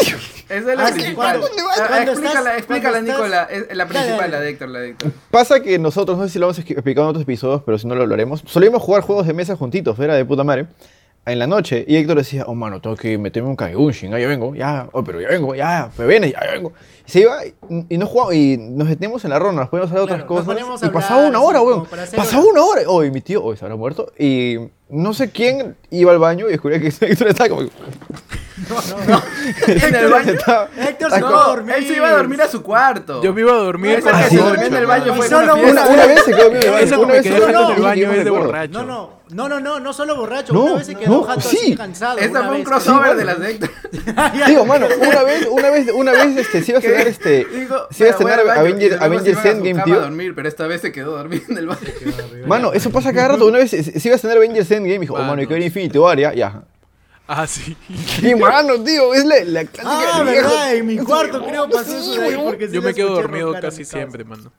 Speaker 5: Esa es la
Speaker 3: Ah, sí,
Speaker 5: principal.
Speaker 3: ¿cuándo-
Speaker 5: Ah, ah,
Speaker 3: cuándo
Speaker 5: Explícala,
Speaker 3: estás-
Speaker 5: explícala,
Speaker 3: cuándo
Speaker 5: Nicola.
Speaker 3: estás-
Speaker 5: Es la
Speaker 3: Dale, dale.
Speaker 5: principal, la de Héctor, la de Héctor.
Speaker 2: Pasa que nosotros, no sé si lo hemos ex- explicado en otros episodios, pero si no lo hablaremos, solíamos jugar juegos de mesa juntitos, era de puta madre, en la noche. Y Héctor decía, oh mano, tengo que meterme un kagebunshin, ah, ya vengo, ya, oh, pero ya vengo, ya, me viene, ya vengo. Y se iba y, y no jugaba, y nos deteníamos en la ronda, nos poníamos a hablar de
Speaker 3: Claro, nos
Speaker 2: otras
Speaker 3: poníamos
Speaker 2: cosas.
Speaker 3: a
Speaker 2: Y
Speaker 3: hablar,
Speaker 2: pasaba una
Speaker 3: así,
Speaker 2: hora,
Speaker 3: como
Speaker 2: weón,
Speaker 3: para hacer
Speaker 2: pasaba
Speaker 3: horas.
Speaker 2: una hora. Oh, y mi tío, hoy se habrá muerto. Y no sé quién iba al baño y descubría que Héctor estaba como...
Speaker 5: ¿En el baño?
Speaker 2: Estaba-
Speaker 3: Héctor se
Speaker 2: estaba
Speaker 3: va
Speaker 2: como-
Speaker 3: a
Speaker 5: No,
Speaker 3: dormir.
Speaker 5: él se iba a dormir a su cuarto.
Speaker 1: Yo me iba a dormir
Speaker 5: Esa
Speaker 1: con
Speaker 5: que
Speaker 1: las
Speaker 5: se
Speaker 1: ocho,
Speaker 5: durmió en el
Speaker 1: mano.
Speaker 5: baño
Speaker 3: Y
Speaker 5: fue
Speaker 3: solo
Speaker 5: una
Speaker 3: una-
Speaker 5: fiesta.
Speaker 2: Una, una vez se quedó en el baño,
Speaker 1: Eso
Speaker 2: una
Speaker 1: como
Speaker 2: vez
Speaker 1: que
Speaker 2: se
Speaker 1: deja
Speaker 2: quedó
Speaker 3: no,
Speaker 1: en el
Speaker 3: no,
Speaker 1: baño es de
Speaker 2: borracho.
Speaker 1: borracho.
Speaker 3: No, no, no, no, no, no solo borracho.
Speaker 2: No,
Speaker 3: una vez se quedó
Speaker 2: no,
Speaker 3: jato
Speaker 2: sí.
Speaker 3: así cansado.
Speaker 5: Esa
Speaker 3: una
Speaker 5: fue un
Speaker 3: vez.
Speaker 5: crossover de las de Héctor.
Speaker 2: Digo, mano, una vez, una vez, una vez, este, se iba a
Speaker 5: ¿Qué?
Speaker 2: cenar, este,
Speaker 5: Digo,
Speaker 2: se iba
Speaker 5: "Bueno,
Speaker 2: a cenar
Speaker 5: voy al baño", y
Speaker 2: Avengers,
Speaker 5: luego se iban
Speaker 2: Avengers
Speaker 5: a su
Speaker 2: Endgame,
Speaker 5: cama a
Speaker 2: tío.
Speaker 5: dormir, pero esta vez se quedó dormido en el baño.
Speaker 2: Mano, eso pasa cada rato, una vez se, se iba a cenar Avengers Endgame, y dijo, oh, mano, y que viene Infinity War, ya, ya.
Speaker 1: Ah, sí.
Speaker 2: Y mano, tío, es la, la clásica
Speaker 3: Ah,
Speaker 2: del viejo.
Speaker 3: verdad, en mi cuarto creo pasó
Speaker 2: Sí,
Speaker 3: eso de ahí
Speaker 2: huevón.
Speaker 3: porque sí
Speaker 1: Yo
Speaker 3: lo
Speaker 1: me quedo
Speaker 3: escuché
Speaker 1: dormido
Speaker 3: roncar en
Speaker 1: casi
Speaker 3: casa.
Speaker 1: siempre, mano.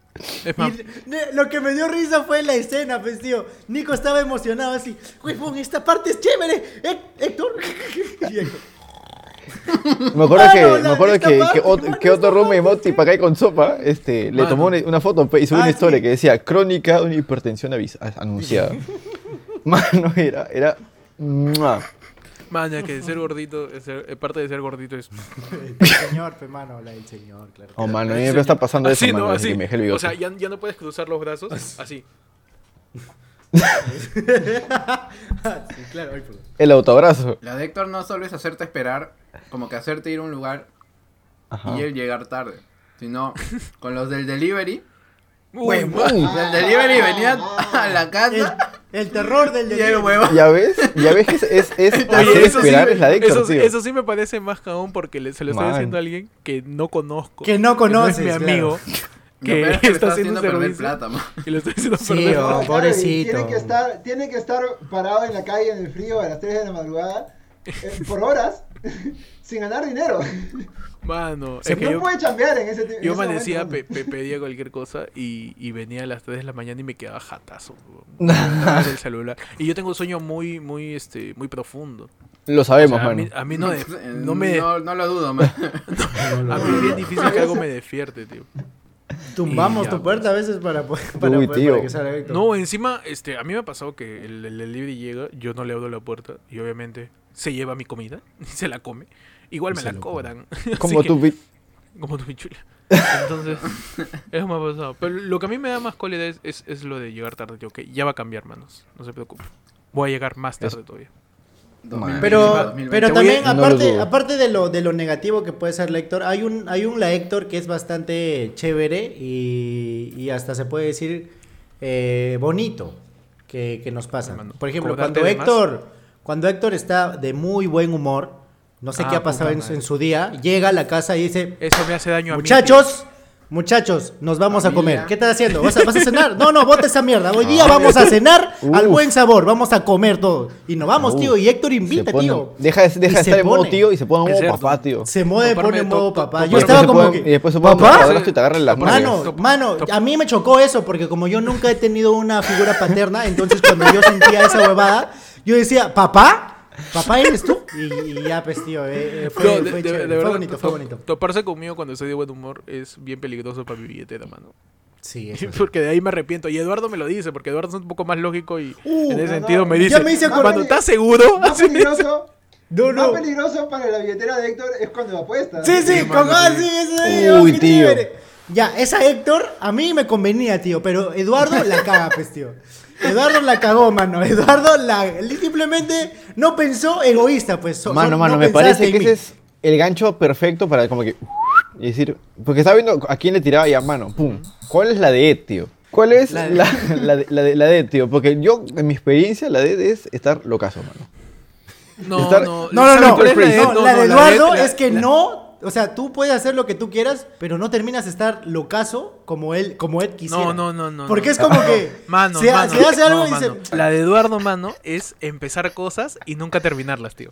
Speaker 1: Es más,
Speaker 3: Y ne- lo que me dio risa fue la escena, pues tío. Nico estaba emocionado así, huevón, esta parte es chévere, Hé- Héctor. Y Héctor,
Speaker 2: Me acuerdo que,
Speaker 3: Mano, la-
Speaker 2: me acuerdo
Speaker 3: esta
Speaker 2: que,
Speaker 3: parte,
Speaker 2: que, ot-
Speaker 3: mano,
Speaker 2: que otro
Speaker 3: esta
Speaker 2: roommate
Speaker 3: parte,
Speaker 2: Moti para acá con sopa, este, le
Speaker 1: Mano.
Speaker 2: tomó una, una foto pe- y subió
Speaker 3: Ah,
Speaker 2: una historia
Speaker 3: sí.
Speaker 2: que decía, crónica de una hipertensión avis- a- anunciada. Mano, era, era, ¡mua!
Speaker 1: maña, que ser gordito, es ser- eh, parte de ser gordito es
Speaker 3: El señor, pues mano, la del señor, claro.
Speaker 2: Oh, mano, a mí me está pasando eso,
Speaker 1: así,
Speaker 2: mano,
Speaker 1: no,
Speaker 2: desde
Speaker 1: así.
Speaker 2: que me dejé el
Speaker 1: o
Speaker 2: bigote.
Speaker 1: sea, ya, ya no puedes cruzar los brazos así.
Speaker 3: sí, claro, ay, perdón.
Speaker 2: El autobrazo.
Speaker 5: La de Héctor no solo es hacerte esperar, como que hacerte ir a un lugar
Speaker 2: Ajá.
Speaker 5: y él llegar tarde, sino con los del delivery.
Speaker 1: Uy,
Speaker 2: Uy,
Speaker 5: El delivery venía a la casa
Speaker 3: El, el terror del
Speaker 5: y el
Speaker 3: delirio.
Speaker 5: huevo.
Speaker 2: Ya ves, ya ves que es, es, es
Speaker 1: Oye,
Speaker 2: hacer
Speaker 1: eso sí
Speaker 2: esperar
Speaker 1: me-
Speaker 2: es la de Héctor,
Speaker 1: eso,
Speaker 2: tío.
Speaker 1: eso sí me parece más caón porque le- se lo estoy
Speaker 2: Man.
Speaker 1: diciendo a alguien que no conozco.
Speaker 3: Que no
Speaker 1: es
Speaker 3: conoces,
Speaker 1: mi amigo.
Speaker 5: Lo
Speaker 1: Que
Speaker 5: peor es que le
Speaker 1: está
Speaker 5: estás
Speaker 1: haciendo
Speaker 5: haciendo perder
Speaker 1: servicio.
Speaker 5: plata, man.
Speaker 1: Y lo estoy haciendo
Speaker 3: Sí,
Speaker 1: perder
Speaker 3: oh.
Speaker 1: plata.
Speaker 4: Claro,
Speaker 3: pobrecito.
Speaker 4: Tiene que, estar, tiene que estar parado en la calle en el frío a las 3 de la madrugada eh, por horas sin ganar dinero.
Speaker 1: Mano, es
Speaker 4: no
Speaker 1: que yo,
Speaker 4: puede chambear en ese tiempo.
Speaker 1: yo amanecía, pe- pe- pedía cualquier cosa y, y venía a las 3 de la mañana y me quedaba jatazo. weón. el celular. Y yo tengo un sueño muy, muy, este, muy profundo.
Speaker 2: Lo
Speaker 1: O
Speaker 2: sabemos,
Speaker 1: sea, a,
Speaker 2: mano.
Speaker 1: mí, a mí no, de-
Speaker 5: Eh,
Speaker 1: no me...
Speaker 5: no, no lo dudo, man.
Speaker 1: A mí es bien difícil que algo me despierte, tío.
Speaker 3: Tumbamos
Speaker 1: Y ya, pues.
Speaker 3: tu puerta a veces para, po- para,
Speaker 2: Uy,
Speaker 3: poder-
Speaker 2: tío.
Speaker 3: para que salga Héctor.
Speaker 1: No, encima, este, a mí me ha pasado que el, el delivery llega, yo no le abro la puerta y obviamente se lleva mi comida y se la come. Igual me la cobran. Así
Speaker 2: Como
Speaker 1: ah, que-
Speaker 2: tú, vi-
Speaker 1: Como tu chula. Entonces, eso me ha pasado. Pero lo que a mí me da más cólera es, es, es lo de llegar tarde. Yo, ok, ya va a cambiar, manos. No se preocupe. Voy a llegar más tarde todavía.
Speaker 3: Pero,
Speaker 5: 2020.
Speaker 3: pero
Speaker 1: Te voy
Speaker 3: también,
Speaker 1: a-
Speaker 2: No lo
Speaker 3: aparte,
Speaker 2: dudo.
Speaker 3: aparte de lo de lo negativo que puede ser la Héctor, hay un, hay un la Héctor que es bastante chévere y, y hasta se puede decir eh, bonito que, que nos pasa.
Speaker 1: Hermano,
Speaker 3: Por ejemplo,
Speaker 1: cobrarte
Speaker 3: cuando
Speaker 1: de más.
Speaker 3: Héctor, cuando Héctor está de muy buen humor, no sé
Speaker 1: Ah,
Speaker 3: qué ha pasado
Speaker 1: puta
Speaker 3: en, su- en
Speaker 1: madre.
Speaker 3: su día, llega a la casa y dice,
Speaker 1: Eso me hace daño a mí.
Speaker 3: muchachos, muchachos, nos vamos a
Speaker 5: Familia.
Speaker 3: comer. ¿Qué estás haciendo? ¿Vas a, vas a cenar? No, no, bota esa mierda. Hoy día vamos a cenar al
Speaker 2: Uf.
Speaker 3: buen sabor, vamos a comer todo. Y nos vamos,
Speaker 2: Uf.
Speaker 3: tío, y Héctor
Speaker 2: se
Speaker 3: invita,
Speaker 2: pone-
Speaker 3: tío.
Speaker 2: Deja, de- deja
Speaker 3: Y
Speaker 2: de
Speaker 3: se
Speaker 2: estar en modo
Speaker 3: pone.
Speaker 2: tío y se pone
Speaker 1: Es
Speaker 2: en modo
Speaker 1: cierto.
Speaker 2: papá, tío.
Speaker 3: Se mueve,
Speaker 1: Toparme
Speaker 3: pone en
Speaker 1: to-
Speaker 3: modo
Speaker 1: to-
Speaker 3: papá. Yo
Speaker 1: toparme
Speaker 3: estaba
Speaker 1: se
Speaker 3: como
Speaker 2: pueden-
Speaker 3: que.
Speaker 2: y después se pueden
Speaker 3: ¿Papá?
Speaker 2: abrazo y te agarran las
Speaker 1: Toparme-
Speaker 2: nalgas.
Speaker 3: Mano,
Speaker 1: top-
Speaker 3: mano,
Speaker 1: top-
Speaker 3: a mí me chocó eso porque como yo nunca he tenido una figura paterna, entonces cuando yo sentía esa huevada, yo decía, ¿papá? ¿Papá eres tú? Y, y ya, pues, tío, eh, eh, fue,
Speaker 1: No, de, de-
Speaker 3: fue chévere,
Speaker 1: de
Speaker 3: fue
Speaker 1: verdad,
Speaker 3: bonito, fue
Speaker 1: to-
Speaker 3: bonito.
Speaker 1: Toparse conmigo cuando estoy de buen humor es bien peligroso para mi billetera, mano.
Speaker 3: Sí, eso sí.
Speaker 1: Porque de ahí me arrepiento. Y Eduardo me lo dice, porque Eduardo es un poco más lógico y
Speaker 3: Uh,
Speaker 1: en ese
Speaker 3: no,
Speaker 1: sentido
Speaker 3: no.
Speaker 1: me
Speaker 3: Ya
Speaker 1: dice,
Speaker 3: me hice
Speaker 1: "Ah,
Speaker 4: acordar-
Speaker 1: cuando estás seguro,
Speaker 4: Más
Speaker 1: así".
Speaker 4: peligroso,
Speaker 3: No,
Speaker 4: más
Speaker 3: no.
Speaker 4: peligroso para la billetera de Héctor es cuando apuestas.
Speaker 3: Sí, sí,
Speaker 1: mano,
Speaker 3: con ah,
Speaker 1: sí.
Speaker 3: sí, eso sí, oh,
Speaker 2: Uy,
Speaker 3: qué
Speaker 2: tío.
Speaker 3: chévere. Ya, esa Héctor a mí me convenía, tío, pero Eduardo la caga, pues, tío. Eduardo la cagó, mano. Eduardo la, él simplemente no pensó egoísta, pues. so-
Speaker 2: Mano,
Speaker 3: so-
Speaker 2: mano,
Speaker 3: no
Speaker 2: me
Speaker 3: pensaste
Speaker 2: parece
Speaker 3: en
Speaker 2: que
Speaker 3: mí.
Speaker 2: ese es el gancho perfecto para como que... Y decir, porque estaba viendo a quién le tiraba ya mano, pum. ¿Cuál es la de Ed, tío? ¿Cuál es la,
Speaker 3: La de-
Speaker 2: la de, la de- la de Ed, tío? Porque yo, en mi experiencia, la de Ed es estar locazo, mano.
Speaker 1: No,
Speaker 2: Estar-
Speaker 1: no,
Speaker 3: No, no,
Speaker 1: ¿sabes
Speaker 3: no.
Speaker 1: cuál es la de-
Speaker 3: no,
Speaker 1: no,
Speaker 3: la
Speaker 1: no,
Speaker 3: de
Speaker 1: la
Speaker 3: Eduardo
Speaker 1: la-
Speaker 3: es que
Speaker 1: la-
Speaker 3: no. O sea, tú puedes hacer lo que tú quieras, pero no terminas de estar locazo como él, como él quisiera.
Speaker 1: No, no, no, no.
Speaker 3: Porque
Speaker 1: no.
Speaker 3: es como que
Speaker 1: Mano,
Speaker 3: se,
Speaker 1: mano,
Speaker 3: se hace algo
Speaker 1: no,
Speaker 3: y dice.
Speaker 1: mano. La de Eduardo, mano, es empezar cosas y nunca terminarlas, tío.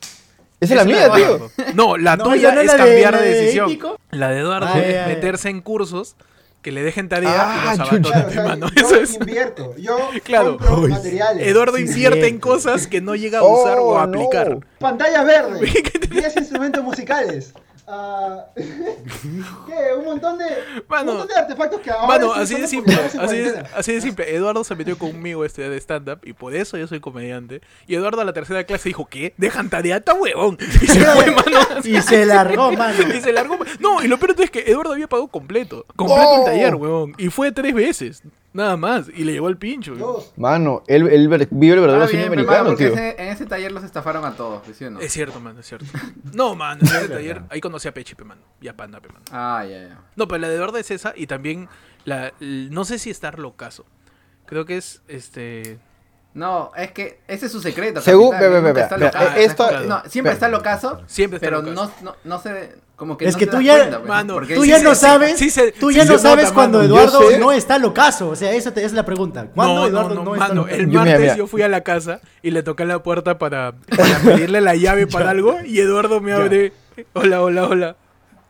Speaker 2: Esa es la
Speaker 1: Esa
Speaker 2: mía,
Speaker 1: de Eduardo.
Speaker 2: tío.
Speaker 1: No, la
Speaker 3: No,
Speaker 1: tuya
Speaker 3: ya no
Speaker 1: es
Speaker 3: la de-
Speaker 1: cambiar
Speaker 3: la
Speaker 1: de,
Speaker 3: de
Speaker 1: decisión.
Speaker 3: ético.
Speaker 1: La de Eduardo
Speaker 3: Ah,
Speaker 1: es
Speaker 3: ya, ya.
Speaker 1: meterse en cursos que le dejen tarea y
Speaker 2: Ah,
Speaker 1: los
Speaker 2: chucha.
Speaker 4: Claro,
Speaker 1: abandonen,
Speaker 4: o sea,
Speaker 1: mano.
Speaker 4: yo
Speaker 1: Eso es.
Speaker 4: invierto, yo
Speaker 1: Claro.
Speaker 4: compro
Speaker 3: Uy,
Speaker 4: materiales.
Speaker 1: Eduardo
Speaker 3: Sí,
Speaker 1: invierte en
Speaker 3: cierto.
Speaker 1: cosas que no llega a usar
Speaker 2: Oh,
Speaker 1: o
Speaker 2: no.
Speaker 1: a aplicar.
Speaker 4: Pantalla verde, 10 instrumentos musicales. ah, ¿Qué? Un montón de,
Speaker 1: Mano.
Speaker 4: un montón de artefactos que ahora
Speaker 1: Mano,
Speaker 4: sí
Speaker 1: así
Speaker 4: son
Speaker 1: de simple,
Speaker 4: populares en
Speaker 1: así de,
Speaker 4: cuarentena.
Speaker 1: así de simple. Eduardo se metió conmigo a estudiar de stand-up y por eso yo soy comediante. Y Eduardo a la tercera clase dijo, ¿qué? ¿Dejan tarea? ¡Está huevón! Y se fue, mano.
Speaker 3: Y se largó, mano.
Speaker 1: Y se largó. No, y lo peor de todo es que Eduardo había pagado completo. Completo
Speaker 2: Oh.
Speaker 1: el taller, huevón. Y fue tres veces. Nada más. Y le llegó al pincho. huevón.
Speaker 4: Dos.
Speaker 2: Mano, él, él ver- vive el verdadero
Speaker 5: Está
Speaker 2: cine
Speaker 5: bien, pero, mano,
Speaker 2: americano,
Speaker 5: porque
Speaker 2: tío.
Speaker 5: ese- en ese taller los estafaron a todos, ¿sí o no?
Speaker 1: Es cierto, mano, es cierto. No, mano, en ese taller ahí conocí a Pechipe, mano. Y a Panda, pe, mano.
Speaker 5: Ah, ya, ya.
Speaker 1: No, pero la de Eduardo es esa y también la... l- No sé si estar locazo. Creo que es, este...
Speaker 5: No, es que ese es su secreto.
Speaker 2: Según-
Speaker 5: capitán,
Speaker 2: ve, ve,
Speaker 5: nunca
Speaker 2: ve,
Speaker 5: está
Speaker 2: ve,
Speaker 5: locazo,
Speaker 1: ve,
Speaker 5: es
Speaker 1: esto-
Speaker 5: como que- no, siempre
Speaker 2: ve.
Speaker 5: está locazo.
Speaker 1: Siempre está
Speaker 5: Pero
Speaker 1: locazo.
Speaker 5: no, no, no se. Como que
Speaker 3: Es
Speaker 5: no
Speaker 3: que
Speaker 5: se
Speaker 3: tú
Speaker 5: das
Speaker 3: ya,
Speaker 5: cuenta, pues,
Speaker 1: mano,
Speaker 5: porque
Speaker 3: tú
Speaker 5: él
Speaker 1: sí
Speaker 3: ya
Speaker 5: se-
Speaker 3: no
Speaker 1: se-
Speaker 3: sabes,
Speaker 1: sí se-
Speaker 3: tú
Speaker 1: sí
Speaker 3: ya
Speaker 1: se
Speaker 3: no
Speaker 1: nota,
Speaker 3: sabes cuando
Speaker 1: mano.
Speaker 2: Yo
Speaker 3: Eduardo
Speaker 2: sé.
Speaker 3: no está locazo, o sea, esa te- es la pregunta. ¿Cuándo
Speaker 1: no,
Speaker 3: Eduardo
Speaker 1: no,
Speaker 3: no,
Speaker 1: no,
Speaker 3: está
Speaker 1: mano,
Speaker 3: locazo?
Speaker 1: el
Speaker 2: Yo, mira,
Speaker 1: martes
Speaker 2: mira.
Speaker 1: yo fui a la casa y le toqué la puerta para, para pedirle la llave para algo y Eduardo me abre, hola, hola, hola.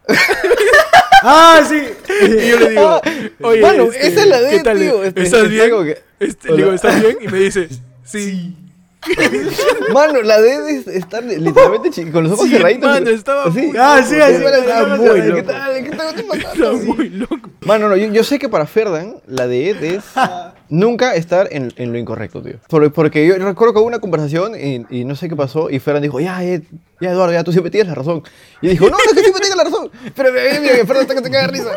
Speaker 3: Ah, sí.
Speaker 1: Y yo le digo, oye,
Speaker 2: Ah, Mano,
Speaker 1: este,
Speaker 2: esa es la de
Speaker 1: ¿qué
Speaker 2: él,
Speaker 1: tal?
Speaker 2: tío. Este,
Speaker 1: ¿Estás
Speaker 2: está
Speaker 1: bien?
Speaker 2: como que,
Speaker 1: Este, le digo,
Speaker 2: hola.
Speaker 1: ¿estás bien? Y me dice, sí.
Speaker 2: Mano, la de Ed es- está literalmente chi- con los ojos
Speaker 1: Sí,
Speaker 2: cerraditos.
Speaker 1: mano, estaba
Speaker 2: así.
Speaker 1: muy
Speaker 3: Ah, sí,
Speaker 2: Ese
Speaker 3: así.
Speaker 2: man estaba
Speaker 3: Estaba
Speaker 2: muy
Speaker 3: loco.
Speaker 2: ¿Qué tal? ¿Qué tal? ¿Qué te mataste?
Speaker 1: Está muy loco.
Speaker 2: Mano, no, yo, yo sé que para Ferdan, la de Ed es nunca estar en, en lo incorrecto, tío. Por- porque yo recuerdo que hubo una conversación y, y no sé qué pasó y Ferdan dijo, ya, Ed, ya, Eduardo, ya, tú siempre tienes la razón. Y dijo, no, no es que siempre tenga la razón. Pero eh, mira, mira, que Ferdan está que te cae de risa.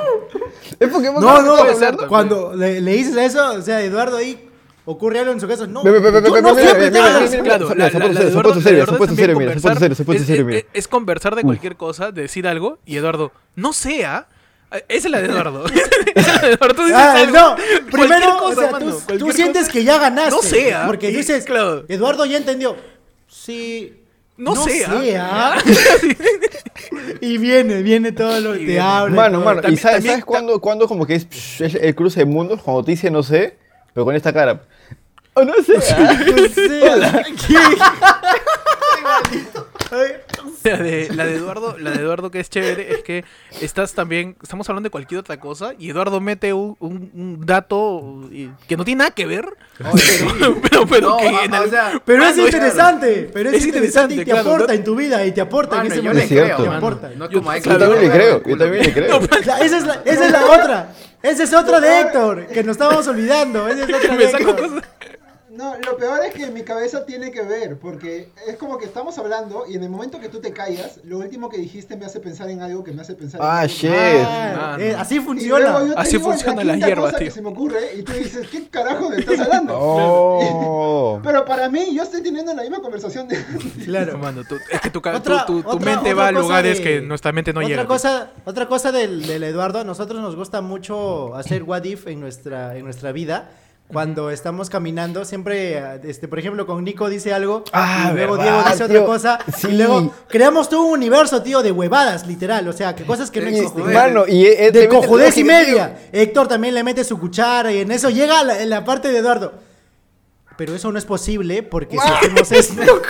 Speaker 2: Es porque hemos
Speaker 3: No, no,
Speaker 2: estado
Speaker 3: o sea,
Speaker 2: hablando.
Speaker 3: cuando le, le dices eso, o sea, Eduardo ahí ocurre algo en su casa. No,
Speaker 2: Ve, ve, ve, ve,
Speaker 3: yo
Speaker 2: ve,
Speaker 3: no
Speaker 2: ve,
Speaker 3: siempre
Speaker 2: ve, ve,
Speaker 3: estaba
Speaker 2: ve,
Speaker 3: así.
Speaker 2: ve, ve,
Speaker 1: Claro,
Speaker 2: Son-
Speaker 1: la-
Speaker 2: son
Speaker 1: la-
Speaker 2: puestos
Speaker 1: la
Speaker 2: serios,
Speaker 1: de Eduardo-
Speaker 2: son puestos
Speaker 1: la de
Speaker 2: serios,
Speaker 1: Eduardo
Speaker 2: son
Speaker 1: también
Speaker 2: puestos serios, mira, son puestos
Speaker 1: conversar-
Speaker 2: serios, son puestos
Speaker 1: es-
Speaker 2: serios,
Speaker 1: es-
Speaker 2: mira. Mm.
Speaker 1: Es conversar de cualquier cosa, de decir algo, y Eduardo, no sea. eh, Esa es la de Eduardo. Esa es la de Eduardo. Tú dices
Speaker 3: Ah,
Speaker 1: algo,
Speaker 3: no,
Speaker 1: cualquier
Speaker 3: primero,
Speaker 1: cosa,
Speaker 3: o sea,
Speaker 1: mano,
Speaker 3: tú, tú
Speaker 1: cualquier
Speaker 3: sientes
Speaker 1: cosa.
Speaker 3: que ya ganaste.
Speaker 1: No sea,
Speaker 3: Porque
Speaker 1: y-
Speaker 3: dices,
Speaker 1: claro.
Speaker 3: Eduardo ya entendió. Sí.
Speaker 1: No, sea.
Speaker 3: ¿ah? Y viene, viene todo lo
Speaker 1: Y
Speaker 3: te
Speaker 1: viene.
Speaker 3: habla.
Speaker 2: Mano,
Speaker 3: todo.
Speaker 2: mano, ¿y
Speaker 1: También-
Speaker 2: sabes,
Speaker 1: también-
Speaker 2: ¿sabes cuándo, cuándo como que es, psh, es el cruce de mundos? Cuando te dice no sé, pero con esta cara. Oh, no sé. ah.
Speaker 3: No Pues, sea. ¿Qué?
Speaker 1: La de, la de Eduardo, la de Eduardo que es chévere es que estás también, estamos hablando de cualquier otra cosa y Eduardo mete un, un- un dato y- que no tiene nada que ver, pero, pero, pero
Speaker 5: No,
Speaker 1: que
Speaker 5: a-
Speaker 1: en
Speaker 5: o
Speaker 1: el-
Speaker 5: sea,
Speaker 3: Pero es
Speaker 1: Mano, es-
Speaker 3: interesante, pero es,
Speaker 1: Ah, es interesante,
Speaker 3: interesante, y te
Speaker 1: claro, ¿no?
Speaker 3: aporta en tu vida y te aporta
Speaker 5: Mano,
Speaker 3: en ese
Speaker 5: yo
Speaker 3: momento.
Speaker 5: le
Speaker 2: Es cierto.
Speaker 5: creo,
Speaker 3: Te
Speaker 5: mano.
Speaker 3: aporta.
Speaker 5: No
Speaker 1: Yo-
Speaker 5: como a
Speaker 1: yo
Speaker 5: Héctor,
Speaker 2: Yo también
Speaker 5: que
Speaker 2: le creo,
Speaker 5: culo.
Speaker 2: yo también le creo.
Speaker 3: La- esa, es la, esa es la otra. Esa es otra de Héctor, que nos estábamos olvidando. Esa es otra de
Speaker 1: me saco
Speaker 3: Héctor. Ah,
Speaker 1: cosas.
Speaker 4: No, lo peor es que mi cabeza tiene que ver, porque es como que estamos hablando y en el momento que tú te callas, lo último que dijiste me hace pensar en algo que me hace pensar en
Speaker 2: Ah,
Speaker 4: algo.
Speaker 2: shit.
Speaker 3: Ah,
Speaker 1: Mano.
Speaker 3: eh, así
Speaker 4: Y luego yo
Speaker 3: funciona.
Speaker 4: te
Speaker 1: Así
Speaker 4: digo la
Speaker 1: funcionan las
Speaker 4: quinta
Speaker 1: hierbas,
Speaker 4: cosa
Speaker 1: tío.
Speaker 4: Que se me ocurre y tú dices, ¿qué carajo me estás hablando?
Speaker 2: Oh.
Speaker 4: Pero para mí, yo estoy teniendo la misma conversación de
Speaker 1: Claro, mano, tú- es que tu, ca-
Speaker 3: Otra-
Speaker 1: tu- tu- tu
Speaker 3: otra-
Speaker 1: mente
Speaker 3: otra
Speaker 1: va a
Speaker 3: cosa
Speaker 1: lugares
Speaker 3: de-
Speaker 1: que nuestra mente no
Speaker 3: otra
Speaker 1: llega. tío.
Speaker 3: Cosa, otra cosa del, del Eduardo, a nosotros nos gusta mucho hacer what if en nuestra, en nuestra vida. Cuando estamos caminando, siempre, ah, este, por ejemplo, con Nico dice algo,
Speaker 2: Ah,
Speaker 3: y luego
Speaker 2: verdad,
Speaker 3: Diego dice
Speaker 2: tío.
Speaker 3: otra cosa,
Speaker 2: Sí.
Speaker 3: y luego creamos todo un universo, tío, de huevadas, literal, o sea, que cosas que no
Speaker 5: Y-
Speaker 3: existen.
Speaker 2: Mano, y Ed- Ed le
Speaker 3: de
Speaker 2: Eh, mete
Speaker 3: cojudez
Speaker 2: todo
Speaker 3: y
Speaker 2: que-
Speaker 3: media. Héctor también le mete su cuchara y en eso llega la, la parte de Eduardo. Pero eso no es posible porque si hacemos esto.